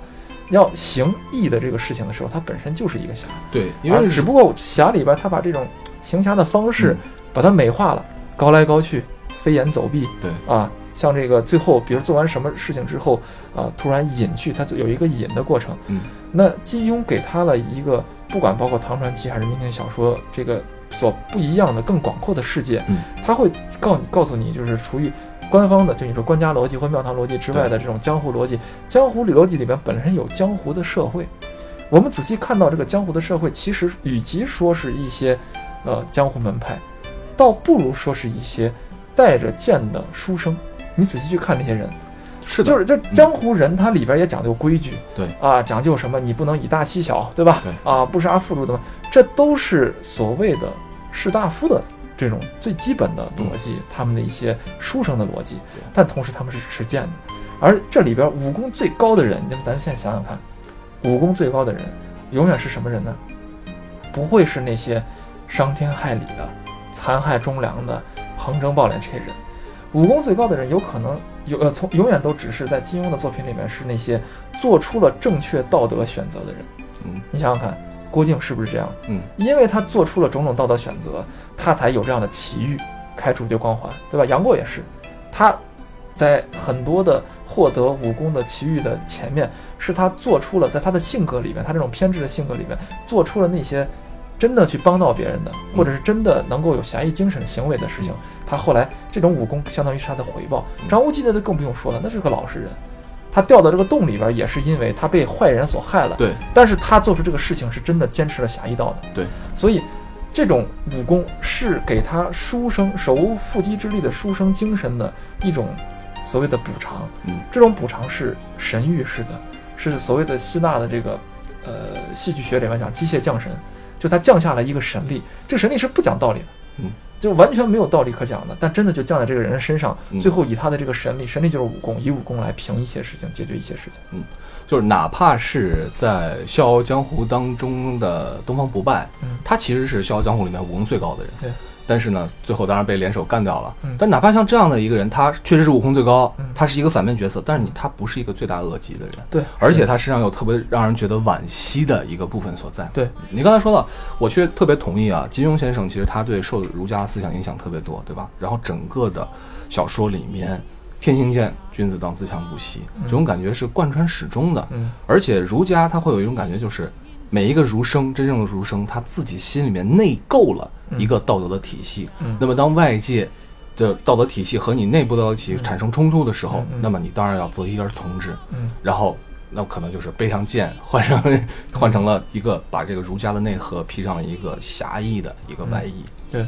S2: 要行义的这个事情的时候，它本身就是一个侠，
S1: 对，因
S2: 因为
S1: 为
S2: 只不过侠里边他把这种行侠的方式、
S1: 嗯
S2: 把它美化了，高来高去，飞檐走壁
S1: 对，
S2: 啊。像这个最后，比如做完什么事情之后，啊，突然隐去，它就有一个隐的过程。
S1: 嗯，
S2: 那金庸给他了一个，不管包括唐传奇还是明清小说，这个所不一样的、更广阔的世界，
S1: 嗯
S2: 他会告告诉你，就是除于官方的，就你说官家逻辑或庙堂逻辑之外的这种江湖逻辑，江湖逻辑里边本身有江湖的社会。我们仔细看到这个江湖的社会，其实与其说是一些，呃，江湖门派，倒不如说是一些带着剑的书生。你仔细去看那些人，
S1: 是的，
S2: 就是这江湖人，他里边也讲究规矩，
S1: 对
S2: 啊，讲究什么？你不能以大欺小，对吧？
S1: 对
S2: 啊，不杀父孺的嘛，这都是所谓的士大夫的这种最基本的逻辑，他们的一些书生的逻辑
S1: 嗯对，
S2: 但同时他们是持剑的。而这里边武功最高的人，那么咱们现在想想看，武功最高的人永远是什么人呢？不会是那些伤天害理的、残害忠良的、横征暴敛这些人。武功最高的人有可能有呃，从永远都只是在金庸的作品里面是那些做出了正确道德选择的人。
S1: 嗯
S2: 你想想看，郭靖是不是这样？
S1: 嗯，
S2: 因为他做出了种种道德选择，他才有这样的奇遇，开出就光环，对吧？杨过也是，他在很多的获得武功的奇遇的前面，是他做出了在他的性格里面，他这种偏执的性格里面，做出了那些真的去帮到别人的，或者是真的能够有侠义精神行为的事情。他后来这种武功相当于是他的回报。张无忌那就更不用说了，那是个老实人。他掉到这个洞里边，也是因为他被坏人所害了。
S1: 对，
S2: 但是他做出这个事情是真的坚持了侠义道的。
S1: 对，
S2: 所以这种武功是给他书生手无缚鸡之力的书生精神的一种所谓的补偿。
S1: 嗯，
S2: 这种补偿是神谕式的，是所谓的希腊的这个呃戏剧学里面讲机械降神，就他降下来一个神力，这个神力是不讲道理的。
S1: 嗯，
S2: 就完全没有道理可讲的，但真的就降在这个人身上，
S1: 嗯
S2: 最后以他的这个神力，神力就是武功，以武功来平一些事情，解决一些事情。
S1: 就是哪怕是在《笑傲江湖》当中的东方不败，
S2: 嗯
S1: 他其实是《笑傲江湖》里面武功最高的人。
S2: 对，
S1: 但是呢，最后当然被联手干掉了。
S2: 嗯
S1: 但哪怕像这样的一个人，他确实是武功最高，
S2: 嗯
S1: 他是一个反面角色，但是你他不是一个罪大恶极的人。
S2: 对，
S1: 而且
S2: 他
S1: 他身上有特别让人觉得惋惜的一个部分所在。
S2: 对
S1: 你刚才说到，我却特别同意啊，金庸先生其实他对受儒家思想影响特别多，对吧？然后整个的小说里面，天行健，君子当自强不息，这种感觉是贯穿始终的。
S2: 嗯
S1: 而且儒家他会有一种感觉，就是每一个儒生，真正的儒生，他自己心里面内构了一个道德的体系。
S2: 嗯
S1: 那么当外界的道德体系和你内部道德体系产生冲突的时候，
S2: 嗯嗯
S1: 那么你当然要择一而从之。
S2: 嗯
S1: 然后那可能就是背上剑， 换上换成了一个把这个儒家的内核披上了一个侠义的一个外衣。
S2: 对，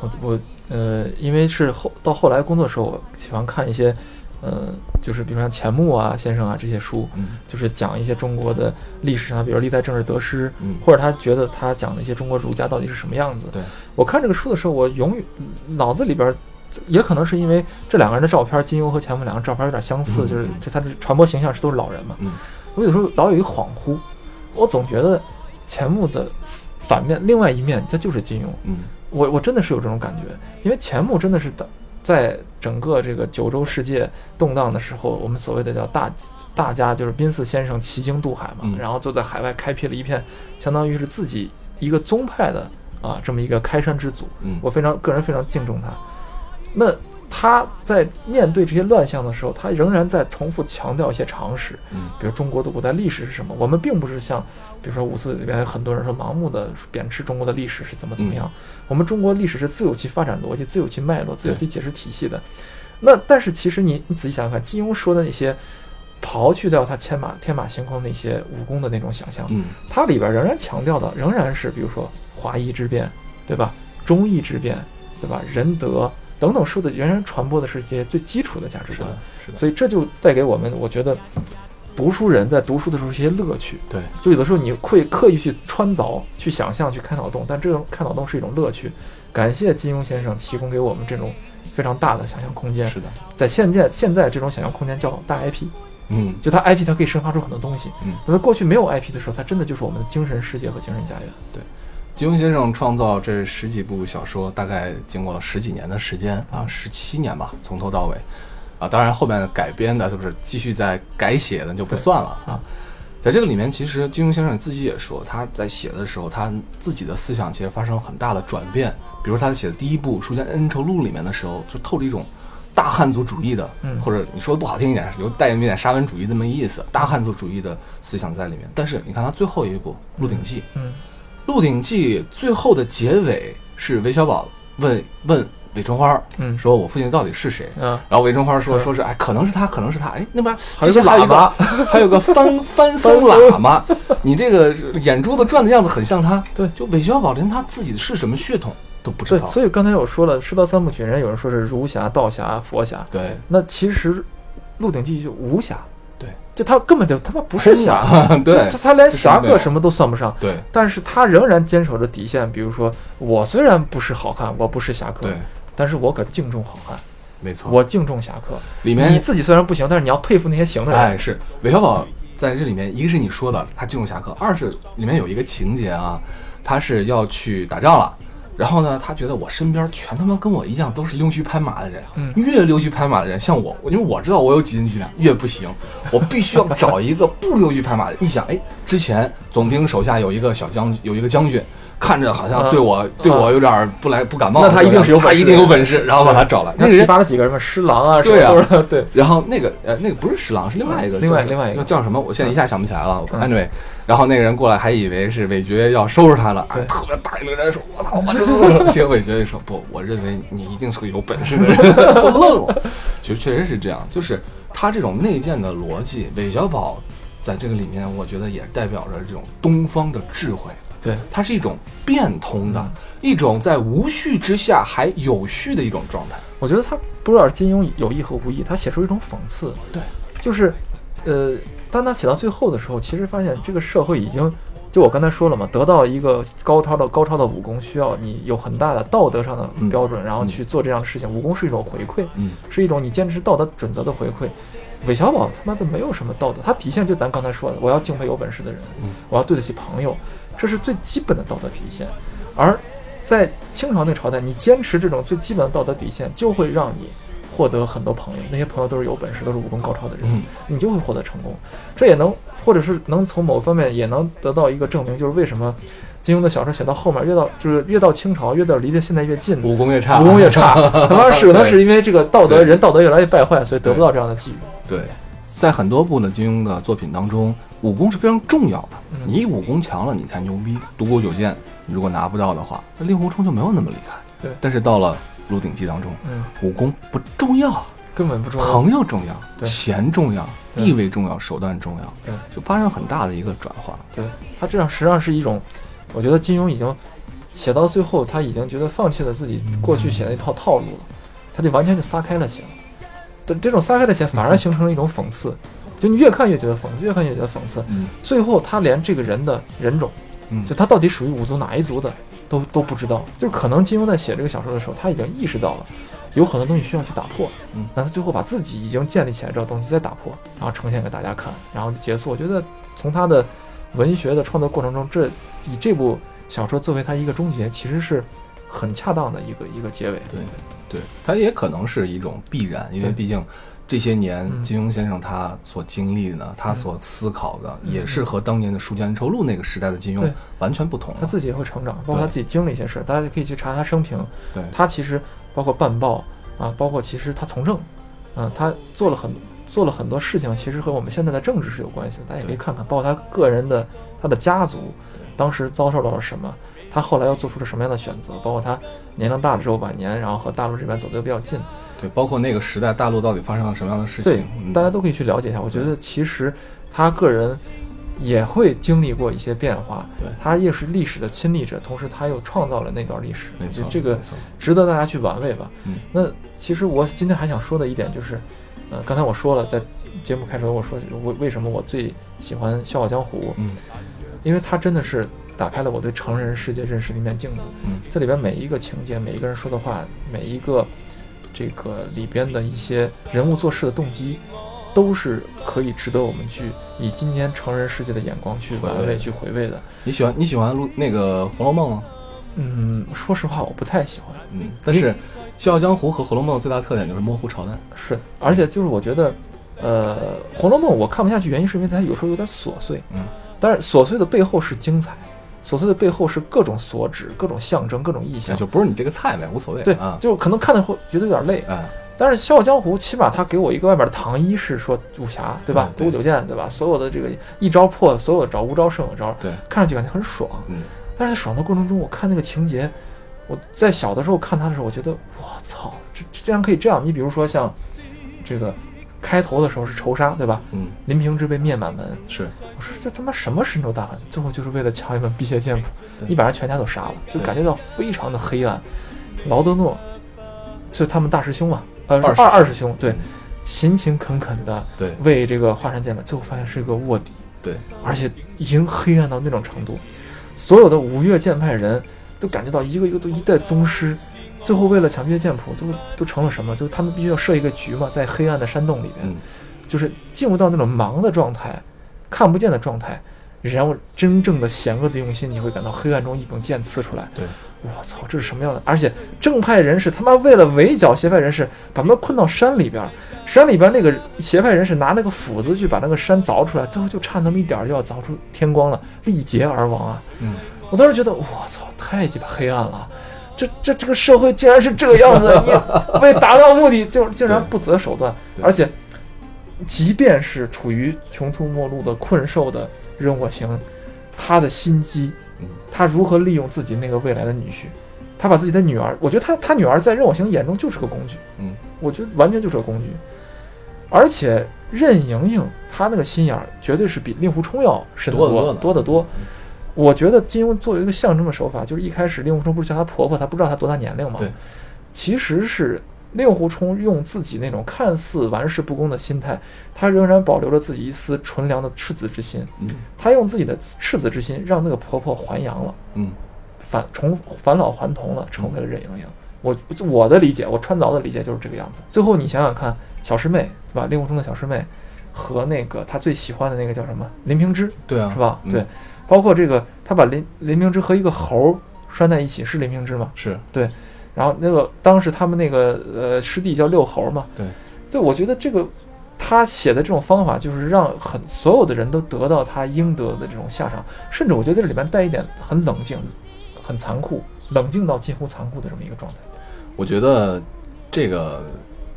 S2: 我我呃，因为是后到后来工作的时候，我喜欢看一些呃，就是比如像钱穆啊先生啊这些书，
S1: 嗯
S2: 就是讲一些中国的历史上，比如历代政治得失，
S1: 嗯
S2: 或者他觉得他讲的一些中国儒家到底是什么样子。
S1: 对，
S2: 我看这个书的时候，我永远脑子里边儿。也可能是因为这两个人的照片，金庸和钱穆两个人照片有点相似，
S1: 嗯
S2: 就是这他的传播形象是都是老人嘛。
S1: 嗯
S2: 我有时候老有一个恍惚，我总觉得钱穆的反面另外一面，他就是金庸。
S1: 嗯
S2: 我我真的是有这种感觉，因为钱穆真的是当在整个这个九州世界动荡的时候，我们所谓的叫大大家就是宾四先生骑鲸渡海嘛，
S1: 嗯
S2: 然后就在海外开辟了一片，相当于是自己一个宗派的啊这么一个开山之祖，
S1: 嗯
S2: 我非常个人非常敬重他。那他在面对这些乱象的时候，他仍然在重复强调一些常识，
S1: 嗯
S2: 比如中国的古代历史是什么？我们并不是像，比如说五四里面很多人说盲目的贬斥中国的历史是怎么怎么样。我们中国历史是自有其发展逻辑、自有其脉络、自有其解释体系的。那但是其实你你仔细想想看，金庸说的那些，刨去掉他天马天马行空那些武功的那种想象，
S1: 嗯
S2: 它里边仍然强调的仍然是比如说华夷之辩，对吧？忠义之辩，对吧？仁德等等说的仍然传播的是这些最基础的价值
S1: 是
S2: 观
S1: 的。，是的，
S2: 所以这就带给我们，我觉得读书人在读书的时候是一些乐趣。
S1: 对，
S2: 就有的时候你会刻意去穿凿、去想象、去开脑洞，但这种开脑洞是一种乐趣。感谢金庸先生提供给我们这种非常大的想象空间。
S1: 是的，
S2: 在现在现在这种想象空间叫大 IP，
S1: 嗯
S2: 就它 IP 它可以生发出很多东西。
S1: 嗯
S2: 那么过去没有 IP 的时候，它真的就是我们的精神世界和精神家园。
S1: 金庸先生创造这十几部小说，大概经过了十几年的时间啊，十七年吧，从头到尾，啊，当然后面改编的就是继续在改写的就不算了啊。在这个里面，其实金庸先生自己也说，他在写的时候，他自己的思想其实发生很大的转变。比如他写的第一部《书剑恩仇录》里面的时候，就透着一种大汉族主义的，
S2: 嗯
S1: 或者你说的不好听一点，有带有一点沙文主义那么意思，大汉族主义的思想在里面。但是你看他最后一部《鹿鼎记》，
S2: 嗯
S1: 《鹿鼎记》最后的结尾是韦小宝问问韦春花儿
S2: 嗯
S1: 说：“我父亲到底是谁？”
S2: 啊，
S1: 然后韦春花说：“
S2: 是
S1: 说是哎，可能是他，可能是他。哎，那边
S2: 还有
S1: 之前
S2: 个
S1: 还有一
S2: 喇
S1: 个 还有个翻翻僧喇 嘛，你这个眼珠子转的样子很像他。
S2: 对
S1: 就韦小宝连他自己是什么血统都不知
S2: 对，
S1: 道。
S2: 所以刚才我说了，师道三部曲，人家有人说是儒侠、道侠、佛侠，
S1: 对
S2: 那其实《鹿鼎记》就无侠，
S1: 对，
S2: 就他根本就他妈不是侠，
S1: 对
S2: 就他连
S1: 是
S2: 侠
S1: 没有
S2: 客什么都算不上，
S1: 对
S2: 但是他仍然坚守着底线。比如说，我虽然不是好汉，我不是侠客
S1: 对，，
S2: 但是我可敬重好汉，
S1: 没错。
S2: 我敬重侠客。
S1: 里面
S2: 你自己虽然不行，但是你要佩服那些行的
S1: 哎，
S2: 人。
S1: 是韦小宝在这里面，一个是你说的他进入侠客，二是里面有一个情节啊，他是要去打仗了，然后呢，他觉得我身边全他妈跟我一样都是溜须拍马的人，
S2: 嗯
S1: 越溜须拍马的人，像我，因为我知道我有几斤几两，越不行，我必须要找一个不溜须拍马的。一想，哎，之前总兵手下有一个小将，有一个将军，看着好像对我、对我有点不来不感冒，
S2: 嗯那他一定是有
S1: 他
S2: 本
S1: 一
S2: 事
S1: 定有本事，然后把他找来。那
S2: 那
S1: 个
S2: 提
S1: 人
S2: 拔了几个什么施琅啊，
S1: 对啊
S2: 什么都是对，
S1: 然后那个呃，那个不是侍郎，是另外一个，
S2: 另外
S1: 叫
S2: 另外一个
S1: 叫什么？我现在一下想不起来了。
S2: 嗯
S1: anyway，然后那个人过来还以为是韦爵要收拾他了，啊
S2: 嗯对，
S1: 特别大义凛然说：“我操，我 这。”结果韦爵就说：“不，我认为你一定是个有本事的人， 不愣我。”其实确实是这样，就是他这种内建的逻辑，韦小宝在这个里面，我觉得也代表着这种东方的智慧。
S2: 对，
S1: 它是一种变通
S2: 嗯
S1: 的，一种在无序之下还有序的一种状态。
S2: 我觉得他不知道是金庸有意和无意，他写出一种讽刺，
S1: 对，
S2: 就是，呃，当他写到最后的时候，其实发现这个社会已经，就我刚才说了嘛，得到一个高超的高超的武功，需要你有很大的道德上的标准，然后去做这样的事情。武功是一种回馈，
S1: 嗯
S2: 是一种你坚持道德准则的回馈。韦小宝他妈的没有什么道德，他底线就咱刚才说的，我要敬佩有本事的人，我要对得起朋友，这是最基本的道德底线。而在清朝那个朝代，你坚持这种最基本的道德底线，就会让你获得很多朋友，那些朋友都是有本事，都是武功高超的人，
S1: 嗯
S2: 你就会获得成功。这也能，或者是能从某方面也能得到一个证明，就是为什么金庸的小说写到后面，越到就是越到清朝，越到离得现代越近，
S1: 武功越差，
S2: 武功越差，可能是可能
S1: 对
S2: 是因为这个道德
S1: 啊对
S2: 人道德越来越败坏，所以得不到这样的际遇。
S1: 对，在很多部呢金庸的作品当中，武功是非常重要的。
S2: 嗯
S1: 你武功强了，你才牛逼。独孤九剑，你如果拿不到的话，那令狐冲就没有那么厉害。
S2: 对
S1: 但是到了《鹿鼎记》当中，
S2: 嗯，
S1: 武功不重要，
S2: 根本不重要。
S1: 朋友重要，
S2: 嗯对
S1: 钱重要，
S2: 对
S1: 地位重要，手段重要，
S2: 对
S1: 就发生很大的一个转化。
S2: 对他这样实际上是一种，我觉得金庸已经写到最后，他已经觉得放弃了自己过去写的一套套路了，他就完全就撒开了写了。但这种撒开了写反而形成了一种讽刺，就你越看越觉得讽刺，越看越觉得讽刺。
S1: 嗯
S2: 最后他连这个人的人种，
S1: 嗯
S2: 就他到底属于五族哪一族的，都都不知道。就可能金庸在写这个小说的时候，他已经意识到了，有很多东西需要去打破。
S1: 嗯
S2: 那他最后把自己已经建立起来这个东西再打破，然后呈现给大家看，然后就结束。我觉得从他的文学的创作过程中，这以这部小说作为他一个终结，其实是很恰当的一个一个结尾。
S1: 对对，它也可能是一种必然，因为
S2: 对
S1: 毕竟这些年
S2: 嗯
S1: 金庸先生他所经历的呢，他所思考的也是和当年的《书剑恩仇录》那个时代的金庸
S2: 嗯对
S1: 完全不同
S2: 他
S1: 了。
S2: 自己也会成长，包括他
S1: 对
S2: 自己经历一些事儿，大家可以去查他生平。
S1: 对，
S2: 他其实包括办报啊，包括其实他从政，嗯、他做了很做了很多事情，其实和我们现在的政治是有关系的。大家也可以
S1: 对
S2: 看看，包括他个人的他的家族当时遭受到了什么，他后来又做出了什么样的选择，包括他年龄大了之后晚年，然后和大陆这边走得又比较近，
S1: 对，包括那个时代大陆到底发生了什么样的事
S2: 对
S1: 情，嗯，
S2: 大家都可以去了解一下。我觉得其实他个人。也会经历过一些变化，
S1: 对
S2: 他又是历史的亲历者，同时他又创造了那段历史。
S1: 没
S2: 就
S1: 错，
S2: 这个
S1: 没错
S2: 值得大家去玩味吧。
S1: 嗯
S2: 那其实我今天还想说的一点就是，呃，刚才我说了，在节目开头我说为为什么我最喜欢《笑傲江湖》，
S1: 嗯
S2: 因为它真的是打开了我对成人世界认识的一面镜子。
S1: 嗯
S2: 这里边每一个情节、每一个人说的话、每一个这个里边的一些人物做事的动机，都是可以值得我们去以今天成人世界的眼光去
S1: 回味
S2: 玩味、去回味的。
S1: 你喜欢你喜欢录那个《红楼梦》吗？
S2: 嗯，说实话，我不太喜欢。
S1: 嗯，但是《笑傲江湖》和《红楼梦》最大的特点就是模糊朝代。
S2: 是，嗯而且就是我觉得，呃，《红楼梦》我看不下去，原因是因为它有时候有点琐碎，
S1: 嗯，
S2: 但是琐碎的背后是精彩，琐碎的背后是各种所指、各种象征、各种意
S1: 那
S2: 象。
S1: 哎就不是你这个菜呗，无所谓。
S2: 啊对，
S1: 啊，
S2: 就可能看的会觉得有点累，啊
S1: 哎，
S2: 但是《笑傲江湖》起码它给我一个外面的糖衣是说武侠，对吧？
S1: 嗯对
S2: 独孤九剑，对吧？所有的这个一招破，所有的招无招胜有招，
S1: 对，
S2: 看上去感觉很爽。
S1: 嗯，
S2: 但是在爽的过程中，我看那个情节，我在小的时候看它的时候，我觉得我操，这这竟然可以这样！你比如说像这个开头的时候是仇杀，对吧？
S1: 嗯，
S2: 林平之被灭满门，
S1: 是
S2: 我说这他妈什么深仇大恨？最后就是为了抢一本辟邪剑谱，
S1: 对
S2: 你把人全家都杀了，就感觉到非常的黑暗。劳德诺，就是他们大师兄嘛，呃，
S1: 二师
S2: 二
S1: 兄嗯
S2: 二师兄，对，勤勤恳恳的
S1: 对
S2: 为这个华山剑门，最后发现是个卧底，
S1: 对，
S2: 而且已经黑暗到那种程度，所有的五岳剑派人都感觉到一个一个都一代宗师，最后为了抢辟邪剑谱，都都成了什么？就是他们必须要设一个局嘛，在黑暗的山洞里面，
S1: 嗯
S2: 就是进入到那种盲的状态，看不见的状态，然后真正的险恶的用心，你会感到黑暗中一柄剑刺出来。
S1: 对，
S2: 我操，这是什么样的？而且正派人士他妈为了围剿邪派人士，把他们困到山里边儿，山里边那个邪派人士拿那个斧子去把那个山凿出来，最后就差那么一点儿就要凿出天光了，力竭而亡啊！
S1: 嗯，
S2: 我当时觉得我操，太鸡巴黑暗了。啊这这这个社会竟然是这个样子， 你为达到目的就竟然
S1: 对
S2: 不择手段，
S1: 对
S2: 而且即便是处于穷途末路的困兽的任我行，他的心机
S1: 嗯，
S2: 他如何利用自己那个未来的女婿，他把自己的女儿，我觉得他他女儿在任我行眼中就是个工具，
S1: 嗯，
S2: 我觉得完全就是个工具，而且任盈盈她那个心眼儿绝对是比令狐冲要深得
S1: 多得多呢嗯
S2: 多得多。我觉得金庸作为一个象征的手法，就是一开始令狐冲不是叫她婆婆，她不知道她多大年龄嘛，
S1: 对，
S2: 其实是令狐冲用自己那种看似玩世不恭的心态，他仍然保留着自己一丝纯良的赤子之心。
S1: 嗯
S2: 他用自己的赤子之心，让那个婆婆还阳了，
S1: 嗯
S2: 返重返老还童了，成为了任盈盈。我我的理解，我穿凿的理解就是这个样子。最后你想想看，小师妹对吧？令狐冲的小师妹和那个他最喜欢的那个叫什么林平之，
S1: 对啊，
S2: 是吧？
S1: 嗯
S2: 对，，包括这个他把林林平之和一个猴儿拴在一起，是林平之吗？
S1: 是
S2: 然后那个当时他们那个呃师弟叫六猴嘛，
S1: 对，
S2: 对我觉得这个他写的这种方法就是让很所有的人都得到他应得的这种下场，甚至我觉得这里面带一点很冷静、很残酷、冷静到近乎残酷的这么一个状态。
S1: 我觉得这个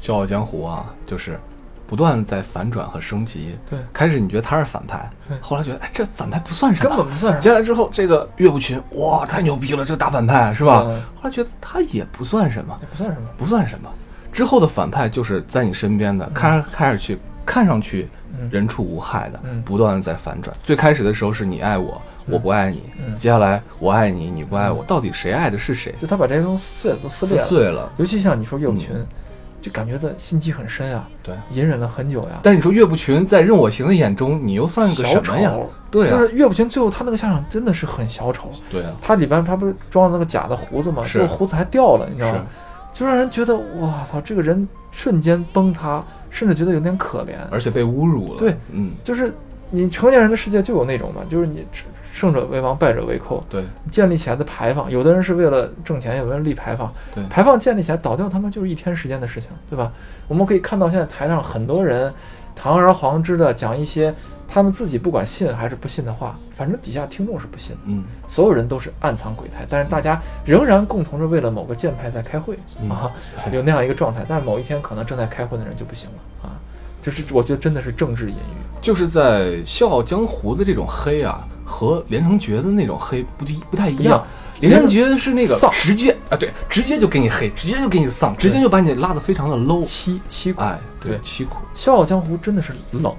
S1: 《笑傲江湖》啊，就是不断在反转和升级。
S2: 对
S1: 开始你觉得他是反派
S2: 对，
S1: 后来觉得哎，这反派不算什么，
S2: 根本不算什
S1: 接下来之后，这个岳不群，哇，太牛逼了，这个大反派是吧？
S2: 嗯
S1: 后来觉得他也不算什么
S2: 么，，也不算什么。
S1: 不算什么。之后的反派就是在你身边的，看开始去看上去
S2: 嗯
S1: 人畜无害的，
S2: 嗯
S1: 不断的在反转。最开始的时候是你爱我，我不爱你，接下来我爱你，你不爱我，到底谁爱的是谁？
S2: 嗯就他把这些东西碎了，都撕
S1: 撕
S2: 裂了。
S1: 碎了，嗯
S2: 尤其像你说岳不群，就感觉到心机很深啊，
S1: 对。
S2: 隐忍了很久呀、
S1: 但你说岳不群在任我行的眼中，你又算个
S2: 小
S1: 什
S2: 丑
S1: 么呀？对啊
S2: 就，是岳不群最后他那个下场真的是很小丑。
S1: 对啊，
S2: 他里边他不是装了那个假的胡子嘛，
S1: 是
S2: 最后胡子还掉了，你知道
S1: 是
S2: 吗？。就让人觉得哇操，这个人瞬间崩塌，甚至觉得有点可怜。
S1: 而且被侮辱了。
S2: 对，
S1: 嗯，
S2: 就是你成年人的世界就有那种嘛，就是你胜者为王，败者为寇。
S1: 对，
S2: 建立起来的牌坊，有的人是为了挣钱，有的人立牌坊。
S1: 对
S2: 牌坊建立起来倒掉，他妈就是一天时间的事情，对吧？我们可以看到现在台上很多人堂而皇之的讲一些他们自己不管信还是不信的话，反正底下听众是不信的。
S1: 嗯，
S2: 所有人都是暗藏鬼胎，但是大家仍然共同是为了某个剑派在开会、
S1: 嗯
S2: 啊，有那样一个状态。但是某一天可能正在开会的人就不行了啊，就是我觉得真的是政治隐喻，
S1: 就是在《笑傲江湖》的这种黑啊，和《连城诀》的那种黑不一不太一
S2: 不一样
S1: 样。《连城诀》是那个
S2: 丧
S1: 直接啊，对，直接就给你黑，直接就给你丧，直接就把你拉得非常的 low。
S2: 凄凄苦。
S1: 哎，
S2: 对
S1: 对，凄苦。
S2: 《笑傲江湖》真的是冷，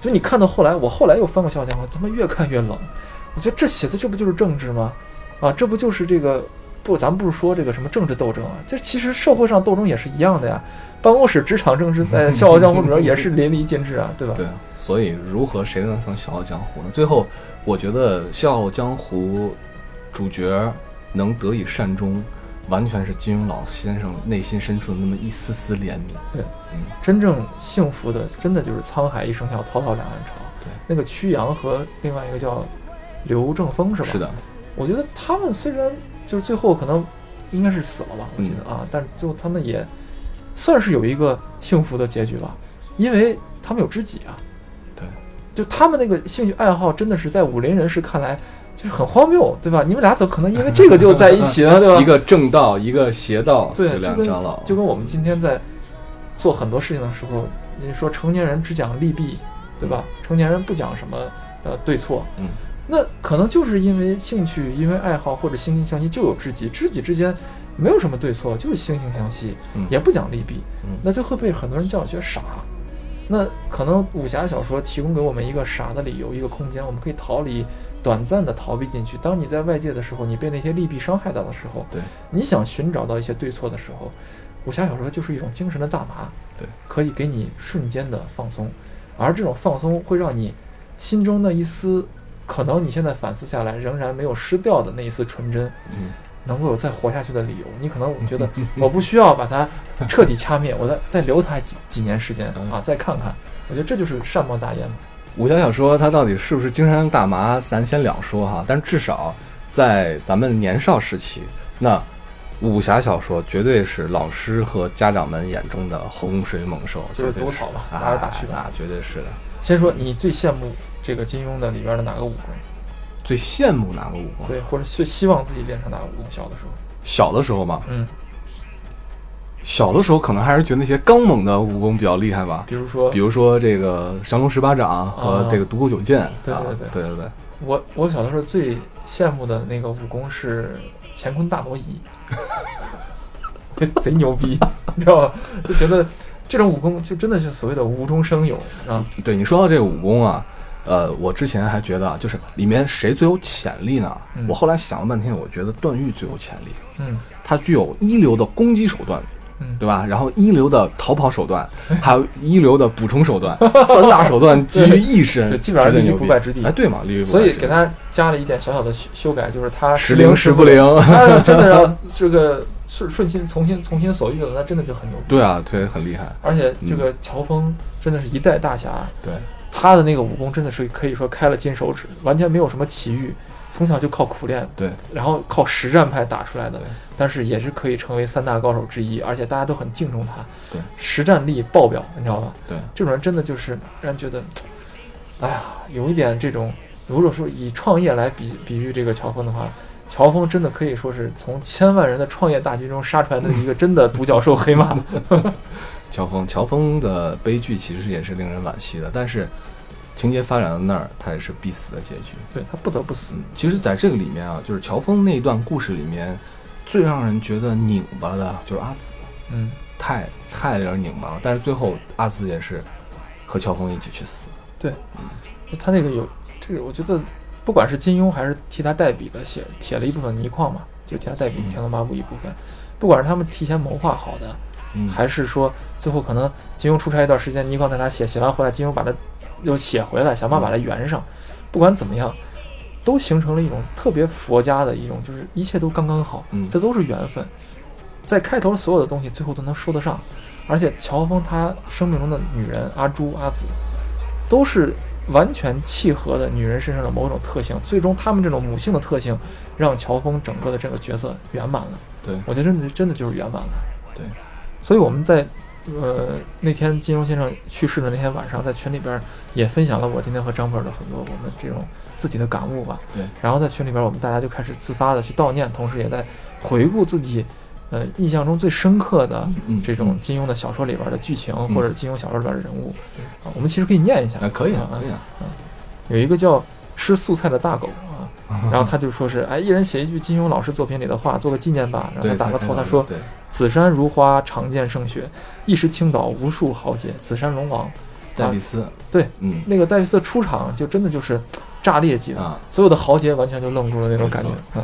S2: 就你看到后来，我后来又翻过《笑傲江湖》，他妈越看越冷。我觉得这写的这不就是政治吗？啊，这不就是这个不？咱不是说这个什么政治斗争啊，这其实社会上斗争也是一样的呀。办公室职场政治在《笑傲江湖》里边也是淋漓尽致啊，对吧？
S1: 对，所以如何谁能上《笑傲江湖》呢？最后，我觉得《笑傲江湖》主角能得以善终，完全是金庸老先生内心深处的那么一丝丝怜悯。
S2: 真正幸福的，真的就是沧海一声笑，滔滔两岸潮。
S1: 对
S2: 那个曲阳和另外一个叫刘正风是吧？
S1: 是，的，
S2: 我觉得他们虽然就是最后可能应该是死了吧，我记得
S1: 嗯
S2: 啊，但是最后他们也算是有一个幸福的结局吧，因为他们有知己啊。
S1: 对，
S2: 就他们那个兴趣爱好，真的是在武林人士看来就是很荒谬，对吧？你们俩怎么可能因为这个就在一起呢，对吧？
S1: 一个正道，一个邪道，
S2: 对，
S1: 这
S2: 就
S1: 两
S2: 跟
S1: 长老
S2: 就跟我们今天在做很多事情的时候，你说成年人只讲利弊，对吧？成年人不讲什么呃对错，
S1: 嗯，
S2: 那可能就是因为兴趣、因为爱好或者惺惺相惜，就有知己，知己之间没有什么对错，就是惺惺相惜，
S1: 嗯
S2: 也不讲利弊，
S1: 嗯
S2: 那就会被很多人叫觉傻。那可能武侠小说提供给我们一个傻的理由，一个空间，我们可以逃离，短暂的逃避进去。当你在外界的时候，你被那些利弊伤害到的时候，
S1: 对，
S2: 你想寻找到一些对错的时候，武侠小说就是一种精神的大麻，
S1: 对，
S2: 可以给你瞬间的放松，而这种放松会让你心中那一丝，可能你现在反思下来仍然没有失掉的那一丝纯真，
S1: 嗯
S2: 能够有再活下去的理由。你可能觉得我不需要把它彻底掐灭，我再再留它几几年时间啊，再看看。我觉得这就是善莫大焉嘛。
S1: 武侠小说它到底是不是精神大麻，咱先两说哈。但是至少在咱们年少时期，那武侠小说绝对是老师和家长们眼中的洪水猛兽，
S2: 就是
S1: 绝对
S2: 毒草吧
S1: 啊
S2: 打来打去吧
S1: 啊，绝对是的。
S2: 先说你最羡慕这个金庸的里边的哪个武功？
S1: 最羡慕哪个武功？
S2: 对，或者最希望自己练成哪个武功？小的时候，
S1: 小的时候嘛，
S2: 嗯，
S1: 小的时候可能还是觉得那些刚猛的武功比较厉害吧，
S2: 比如说，
S1: 比如说这个降龙十八掌和这个独孤九剑。
S2: 啊对
S1: 啊
S2: 对对
S1: 对对对，
S2: 我我小的时候最羡慕的那个武功是乾坤大挪移， 这贼牛逼，你知道吗？就觉得这种武功就真的是所谓的无中生有，啊，
S1: 对你说到这个武功啊，呃，我之前还觉得啊，就是里面谁最有潜力呢？
S2: 嗯
S1: 我后来想了半天，我觉得段誉最有潜力，
S2: 嗯
S1: 他具有一流的攻击手段，
S2: 嗯
S1: 对吧？然后一流的逃跑手 段，还有一流的补充手段，三大手段集于一身，
S2: 对基本上
S1: 绝对
S2: 立于
S1: 牛逼
S2: 不败之地
S1: 哎，对嘛，立于不败
S2: 所
S1: 之地。
S2: 以给他加了一点小小的修修改，就是他
S1: 时灵时不
S2: 灵，
S1: 灵，
S2: 他真的让这个顺顺心从心从心所欲了，那真的就很牛逼。
S1: 对啊，对，很厉害，
S2: 而且这个乔峰真的是一代大侠，
S1: 对，
S2: 他的那个武功真的是可以说开了金手指，完全没有什么奇遇，从小就靠苦练，
S1: 对，
S2: 然后靠实战派打出来的
S1: 对，
S2: 但是也是可以成为三大高手之一，而且大家都很敬重他，
S1: 对，
S2: 实战力爆表，你知道吧？
S1: 对，
S2: 这种人真的就是让人觉得，哎呀，有一点这种，如果说以创业来比比喻这个乔峰的话。乔峰真的可以说是从千万人的创业大军中杀出来的一个真的独角兽黑马，
S1: 乔峰，乔峰的悲剧其实也是令人惋惜的，但是情节发展到那儿，他也是必死的结局。
S2: 对他不得不死。
S1: 嗯，其实，在这个里面啊，就是乔峰那一段故事里面，最让人觉得拧巴的就是阿紫，
S2: 嗯，
S1: 太太让人拧巴了。但是最后，阿紫也是和乔峰一起去死。
S2: 他那个有这个，我觉得不管是金庸还是替他代笔的写写了一部分倪匡嘛，就替他代笔《
S1: 嗯
S2: 天龙八部》一部分，不管是他们提前谋划好的，
S1: 嗯，
S2: 还是说最后可能金庸出差一段时间，倪匡带他写，写完回来金庸把它又写回来，想办法把它圆上，不管怎么样。都形成了一种特别佛家的一种，就是一切都刚刚好，
S1: 嗯
S2: 这都是缘分。在开头所有的东西最后都能说得上，而且乔峰他生命中的女人阿朱、阿紫，都是完全契合的女人身上的某种特性。最终，他们这种母性的特性，让乔峰整个的这个角色圆满了。
S1: 对
S2: 我觉得真的真的就是圆满了。
S1: 对，
S2: 所以我们在呃那天金庸先生去世的那天晚上，在群里边也分享了我今天和张本的很多我们这种自己的感悟吧。
S1: 对，
S2: 然后在群里边我们大家就开始自发的去悼念，同时也在回顾自己呃印象中最深刻的
S1: 嗯
S2: 这种金庸的小说里边的剧情，
S1: 嗯
S2: 或者金庸小说里边的人物。
S1: 对
S2: 啊，我们其实可以念一下
S1: 啊，，可以啊，可以啊，
S2: 有一个叫吃素菜的大狗啊， 然后他就说是哎，一人写一句金庸老师作品里的话，做个纪念吧。然后
S1: 对，
S2: 他打个
S1: 太好
S2: 头，他
S1: 了
S2: 说。
S1: 对，
S2: 紫山如花，常见胜雪；一时青岛无数豪杰，紫山龙王。
S1: 戴比斯，
S2: 啊对，
S1: 嗯
S2: 那个戴维斯的出场就真的就是嘖炸裂级的，
S1: 啊，
S2: 所有的豪杰完全就愣住了那种
S1: 没错
S2: 感觉。嗯，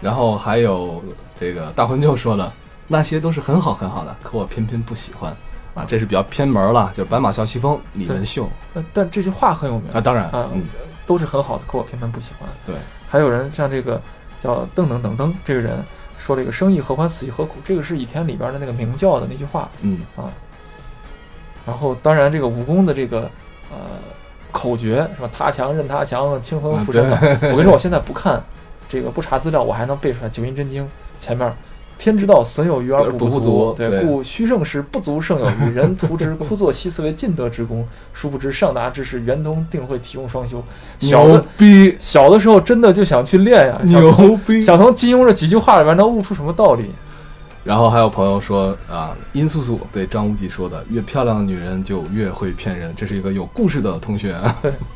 S1: 然后还有这个大魂舅说的，那些都是很好很好的，可我偏偏不喜欢啊，这是比较偏门了，就是《斑马啸西风》李文秀
S2: 那但这句话很有名
S1: 啊，当然，
S2: 嗯啊
S1: 嗯，
S2: 都是很好的，可我偏偏不喜欢。
S1: 对，
S2: 还有人像这个叫邓等等等这个人说这个生意何欢，死亦何苦，这个是《倚天》里边的那个明教的那句话。
S1: 嗯，
S2: 然后当然这个武功的这个呃口诀什么他强任他强，清风拂尘
S1: 嗯
S2: 嘛。我跟你说，我现在不看这个不查资料，我还能背出来《九阴真经》前面。天之道，损有余而
S1: 而
S2: 补
S1: 补不
S2: 足
S1: 足。对
S2: 故虚盛时不足胜有余。人徒之， 枯坐习思为尽德之功。殊不知上达之时，圆通定会体用双修。 小
S1: 牛
S2: 的
S1: 逼，
S2: 小的时候真的就想去练呀，想从
S1: 牛逼。
S2: 想从金庸这几句话里面能悟出什么道理？
S1: 然后还有朋友说啊，殷素素对张无忌说的：“越漂亮的女人就越会骗人。”这是一个有故事的同学。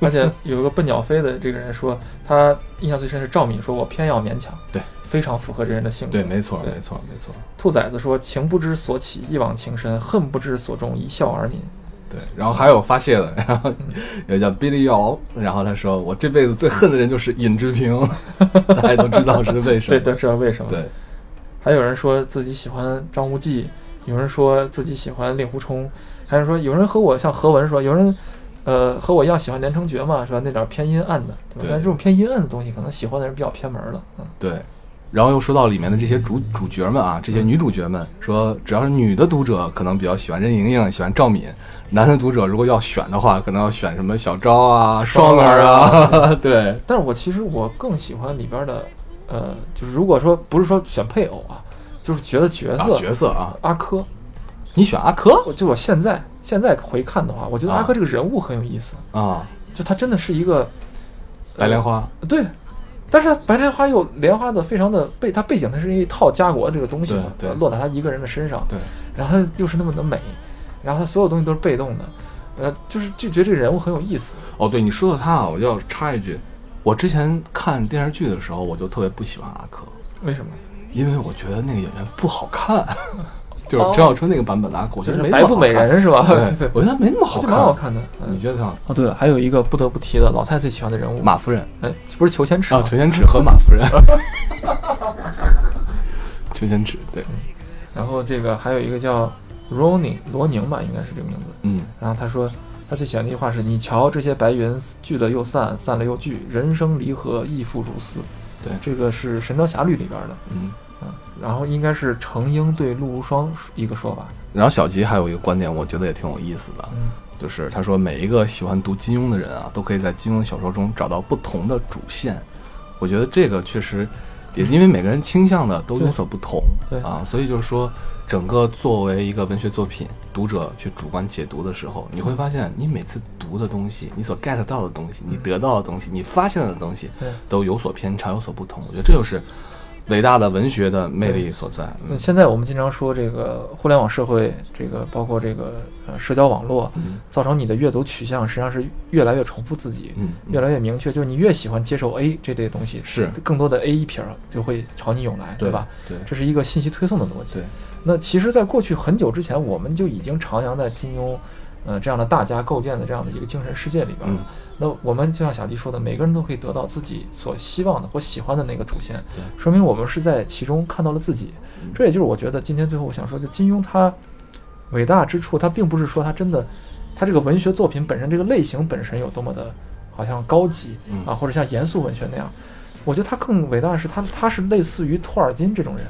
S2: 而且有一个笨鸟飞的这个人说，他印象最深是赵敏说：“我偏要勉强。”
S1: 对，
S2: 非常符合这人的性格。
S1: 对，没错，
S2: 对
S1: 没错，没错。
S2: 兔崽子说：“情不知所起，一往情深；恨不知所终，一笑而泯。
S1: 对，然后还有发泄的， 然后也叫 Billy Yao，然后他说：“我这辈子最恨的人就是尹志平。” 大家都知道是为”什
S2: 这
S1: 么。
S2: 都知道为什么。，
S1: 对
S2: 还有人说自己喜欢张无忌，有人说自己喜欢令狐冲，还有人说有人和我像何文说，有人呃和我一样喜欢连城诀嘛，是吧？那点儿偏阴暗的，对吧？
S1: 对
S2: 但这种偏阴暗的东西，可能喜欢的人比较偏门了。嗯，
S1: 对。然后又说到里面的这些主主角们啊，这些女主角们说，只要是女的读者，可能比较喜欢任盈盈，喜欢赵敏；男的读者如果要选的话，可能要选什么小昭啊、双儿啊。对，
S2: 但是我其实我更喜欢里边的呃，就是如果说不是说选配偶啊，就是觉得角
S1: 啊
S2: 色、
S1: 角色啊，
S2: 阿珂，
S1: 你选阿珂
S2: 我就我现在现在回看的话，我觉得
S1: 啊
S2: 阿珂这个人物很有意思，
S1: 啊，
S2: 就他真的是一个
S1: 白莲花
S2: 对，但是他白莲花又莲花的非常的背，他背景他是一套家国这个东西嘛，
S1: 对对
S2: 落在他一个人的身上，
S1: 对，
S2: 然后他又是那么的美，然后他所有东西都是被动的，呃，就是就觉得这个人物很有意思，
S1: 哦，对你说到他啊，我就要插一句，我之前看电视剧的时候，我就特别不喜欢阿珂，
S2: 为什么？
S1: 因为我觉得那个演员不好看， 就是陈小春那个版本的阿珂，我觉
S2: 哦
S1: 得
S2: 就是
S1: 没那
S2: 白
S1: 么
S2: 不
S1: 好
S2: 美
S1: 看，
S2: 人是吧？
S1: 对，我觉得他没那么好
S2: 就
S1: 看，
S2: 蛮好看的。
S1: 你
S2: 嗯，
S1: 觉得他
S2: 哦对了，还有一个不得不提的老太太最喜欢的人物，
S1: 马夫人
S2: 哎，不是裘千尺
S1: 啊，
S2: 吗
S1: 裘千尺和马夫人， 裘千尺，对，
S2: 然后这个还有一个叫 Ronin 罗宁吧，应该是这个名字。
S1: 嗯，
S2: 然后他说，他最喜欢的一句话是：“你瞧，这些白云聚了又散，散了又聚，人生离合亦复如斯。”
S1: 对
S2: 这个是《神雕侠侣》里边的，
S1: 嗯。
S2: 嗯，然后应该是程英对陆无双一个说法，
S1: 然后小吉还有一个观点，我觉得也挺有意思的，
S2: 嗯，
S1: 就是他说每一个喜欢读金庸的人啊，都可以在金庸小说中找到不同的主线。我觉得这个确实也是因为每个人倾向的都有所不同，
S2: 对对
S1: 啊，所以就是说，整个作为一个文学作品，读者去主观解读的时候，你会发现你每次读的东西，你所 get 到的东西，你得到的东西，你发现的东西，
S2: 对。
S1: 都有所偏差，有所不同。我觉得这就是伟大的文学的魅力所在。
S2: 那
S1: 嗯
S2: 现在我们经常说这个互联网社会，这个包括这个呃社交网络，
S1: 嗯
S2: 造成你的阅读取向实际上是越来越重复自己，
S1: 嗯，
S2: 越来越明确，就是你越喜欢接受 A 这类东西，
S1: 是
S2: 更多的 A 一撇儿就会朝你涌来，对吧？？
S1: 对
S2: 这是一个信息推送的逻辑
S1: 对。
S2: 那其实，在过去很久之前，我们就已经徜徉在金庸，呃，这样的大家构建的这样的一个精神世界里边了。
S1: 嗯
S2: 那我们就像小迪说的，每个人都可以得到自己所希望的或喜欢的那个主线，
S1: 对
S2: 说明我们是在其中看到了自己。
S1: 嗯
S2: 这也就是我觉得今天最后我想说，就金庸他伟大之处，他并不是说他真的，他这个文学作品本身这个类型本身有多么的好像高级
S1: 嗯
S2: 啊，或者像严肃文学那样。我觉得他更伟大的是他，他是类似于托尔金这种人，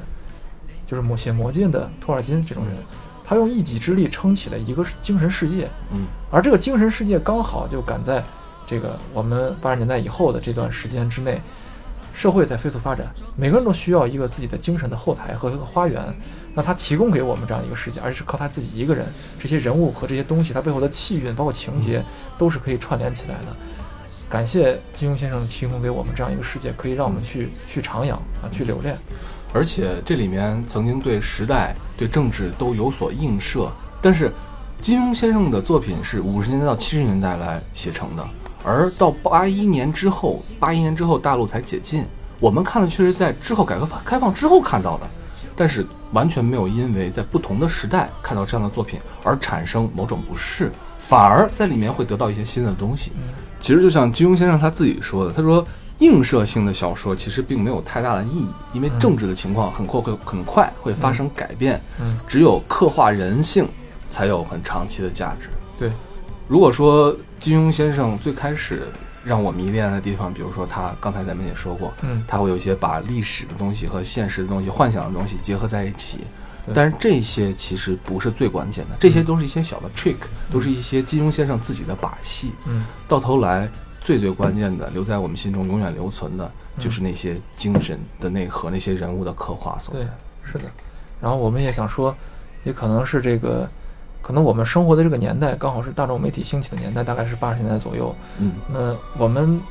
S2: 就是魔写魔镜的托尔金这种人，他用一己之力撑起了一个精神世界，
S1: 嗯
S2: 而这个精神世界刚好就赶在这个我们八十年代以后的这段时间之内，社会在飞速发展，每个人都需要一个自己的精神的后台和一个花园，让他提供给我们这样一个世界，而且是靠他自己一个人，这些人物和这些东西，它背后的气韵，包括情节，都是可以串联起来的。感谢金庸先生提供给我们这样一个世界，可以让我们去去徜徉啊，去留恋。
S1: 而且这里面曾经对时代、对政治都有所映射。但是，金庸先生的作品是五十年代到七十年代来写成的，而到八一年之后，八一年之后大陆才解禁，我们看的却是在之后改革法开放之后看到的，但是完全没有因为在不同的时代看到这样的作品而产生某种不适，反而在里面会得到一些新的东西。其实就像金庸先生他自己说的，他说映射性的小说其实并没有太大的意义，因为政治的情况很快会很快会发生改变，
S2: 嗯，
S1: 只有刻画人性才有很长期的价值。
S2: 对，
S1: 如果说金庸先生最开始让我迷恋的地方，比如说他刚才咱们也说过，
S2: 嗯，
S1: 他会有一些把历史的东西和现实的东西、幻想的东西结合在一起
S2: 对。嗯
S1: 但是这些其实不是最关键的，这些都是一些小的 trick，、都是一些金庸先生自己的把戏。
S2: 嗯，
S1: 到头来，最最关键的，留在我们心中永远留存的，就是那些精神的内核，那些人物的刻画所
S2: 对
S1: 在。，
S2: 是的。然后我们也想说，也可能是这个，可能我们生活的这个年代刚好是大众媒体兴起的年代，大概是八十年代左右。
S1: 嗯，
S2: 那我们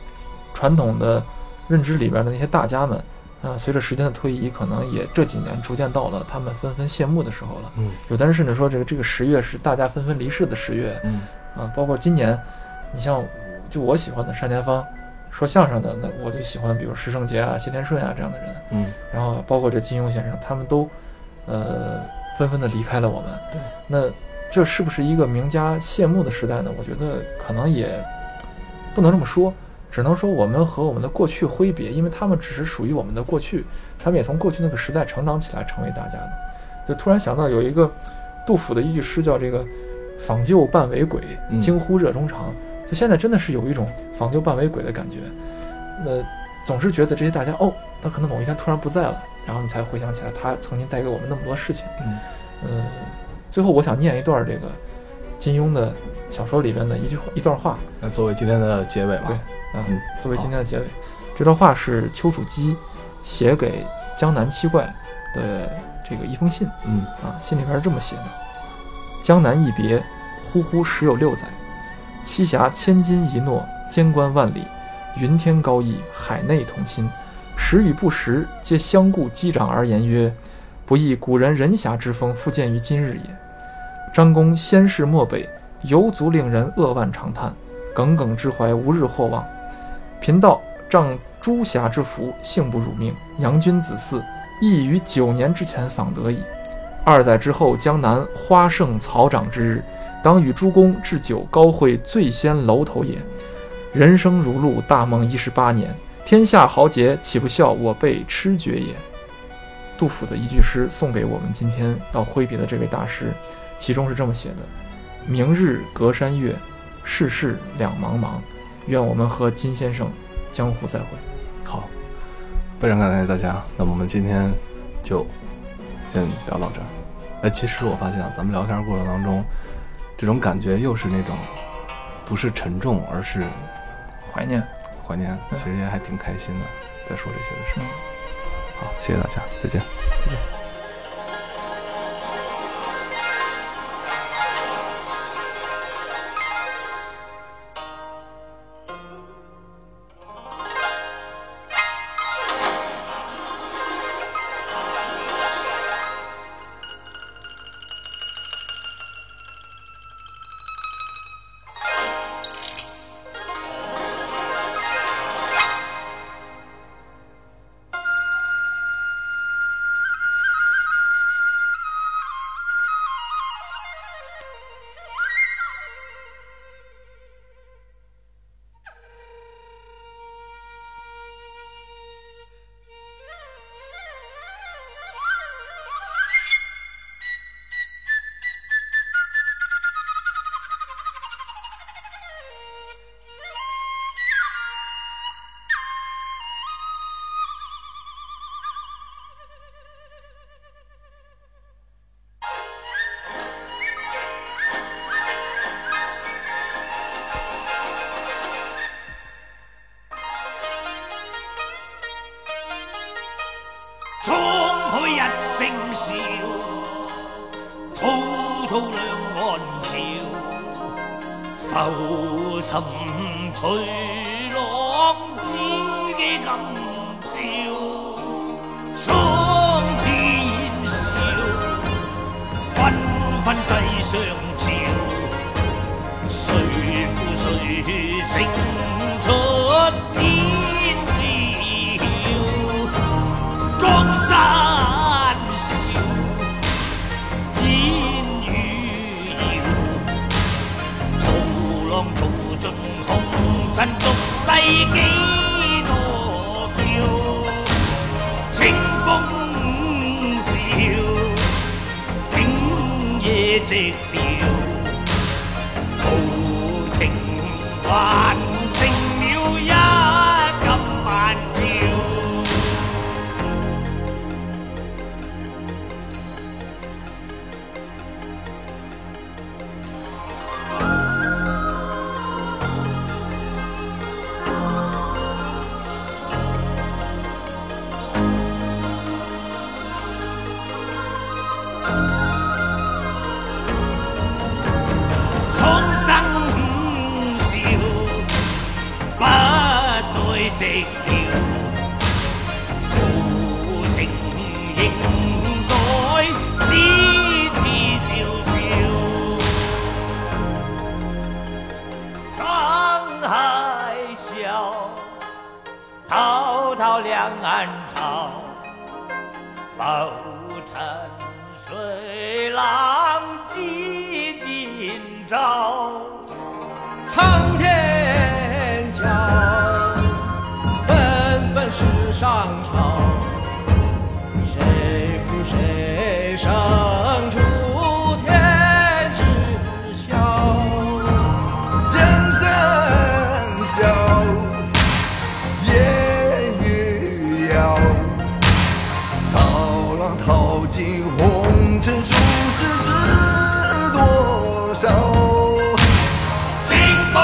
S2: 传统的认知里边的那些大家们，啊，随着时间的推移，可能也这几年逐渐到了他们纷纷谢幕的时候了。
S1: 嗯
S2: 有的人甚至说，这个这个十月是大家纷纷离世的十月。
S1: 嗯
S2: 啊，包括今年，你像就我喜欢的单田芳，说相声的，那我就喜欢比如石圣杰啊、谢天顺啊这样的人，
S1: 嗯，
S2: 然后包括这金庸先生，他们都呃纷纷的离开了我们。
S1: 对，
S2: 那这是不是一个名家谢幕的时代呢？我觉得可能也不能这么说。只能说我们和我们的过去挥别，因为他们只是属于我们的过去，他们也从过去那个时代成长起来，成为大家的。就突然想到有一个杜甫的一句诗叫这个“访旧半为鬼，
S1: 嗯
S2: 惊呼热衷肠”就现在真的是有一种访旧半为鬼的感觉。那总是觉得这些大家哦，他可能某一天突然不在了，然后你才回想起来他曾经带给我们那么多事情。
S1: 嗯
S2: 嗯，最后我想念一段这个金庸的小说里面的一句话一段话，
S1: 那作为今天的结尾吧
S2: 对，啊
S1: 嗯，
S2: 作为
S1: 好
S2: 今天的结尾，这段话是丘处机写给江南七怪的这个一封信
S1: 嗯
S2: 啊，信里边是这么写的：“江南一别，呼呼十有六载；栖霞千金一诺，监关万里；云天高逸，海内同心。时与不时，皆相顾击掌而言曰：‘不亦古人人侠之风复见于今日也。’张公先世漠北，犹足令人扼腕长叹，耿耿之怀无日或忘。贫道仗诸侠之福，幸不辱命。杨君子嗣，亦于九年之前访得矣。二载之后，江南花盛草长之日，当与诸公置酒高会，最先楼头也。人生如露，大梦一十八年，天下豪杰岂不笑我辈痴绝也？杜甫的一句诗送给我们今天要挥别的这位大师，其中是这么写的：“明日隔山月，世事两茫茫。愿我们和金先生江湖再会。
S1: 好，非常感谢大家。那么我们今天就先聊到这儿。哎，其实我发现啊，咱们聊天过程当中，这种感觉又是那种不是沉重，而是
S2: 怀念。”
S1: 怀念，
S2: 嗯
S1: 其实也还挺开心的，在说这些的事。好，谢谢大家，再见。
S5: 沧海一声笑，滔滔两岸潮，浮沉随浪尖嘅今朝，苍天笑，纷纷世上潮，谁负谁胜出天知晓。江山笑，烟雨遥，涛浪淘尽红尘俗世几多娇，清风笑，景夜寂寥，豪情还剩了一襟晚照。苍生笑，不再寂寥，豪情应该痴痴笑笑。沧海笑，滔滔两岸潮，浮沉水浪几今朝。
S6: 苍天笑，纷纷世上潮，谁负谁胜出天知晓。
S7: 江山笑，烟雨遥，涛浪淘尽红尘俗世知多少。
S5: 清风。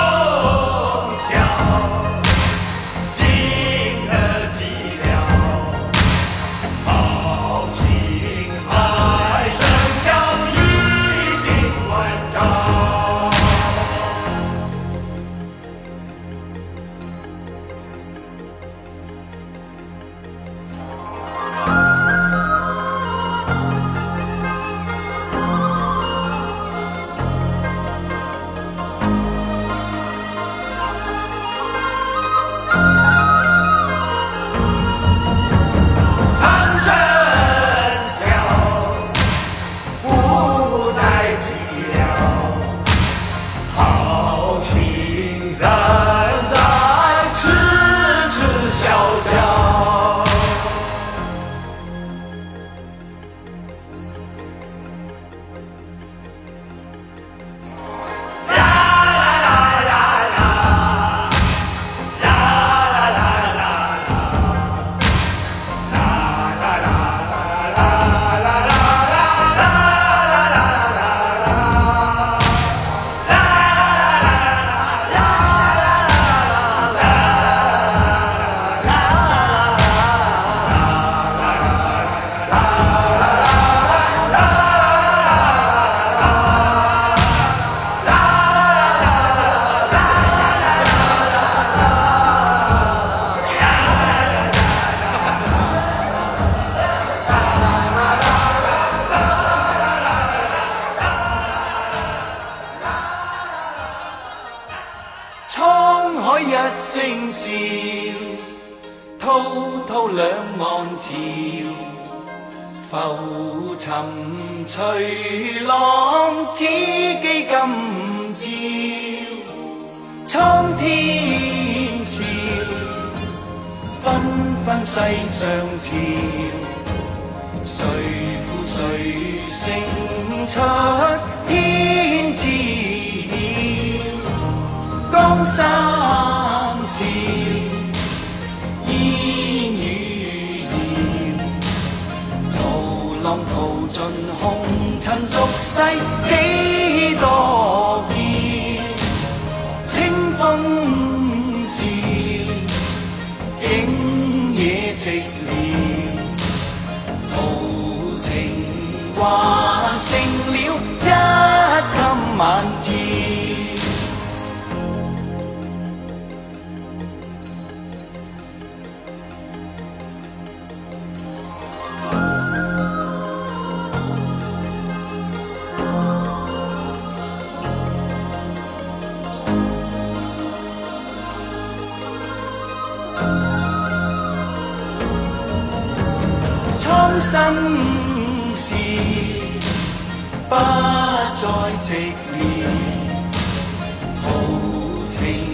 S5: 浮沉随浪，此际今朝，苍天笑，纷纷世上潮，谁负谁胜出天知晓，江山笑，烟雨遥。涛浪淘尽红尘俗世几多娇，清风笑，景野寂寥，豪情化成了一襟晚照。苍生事不再寂寥，豪情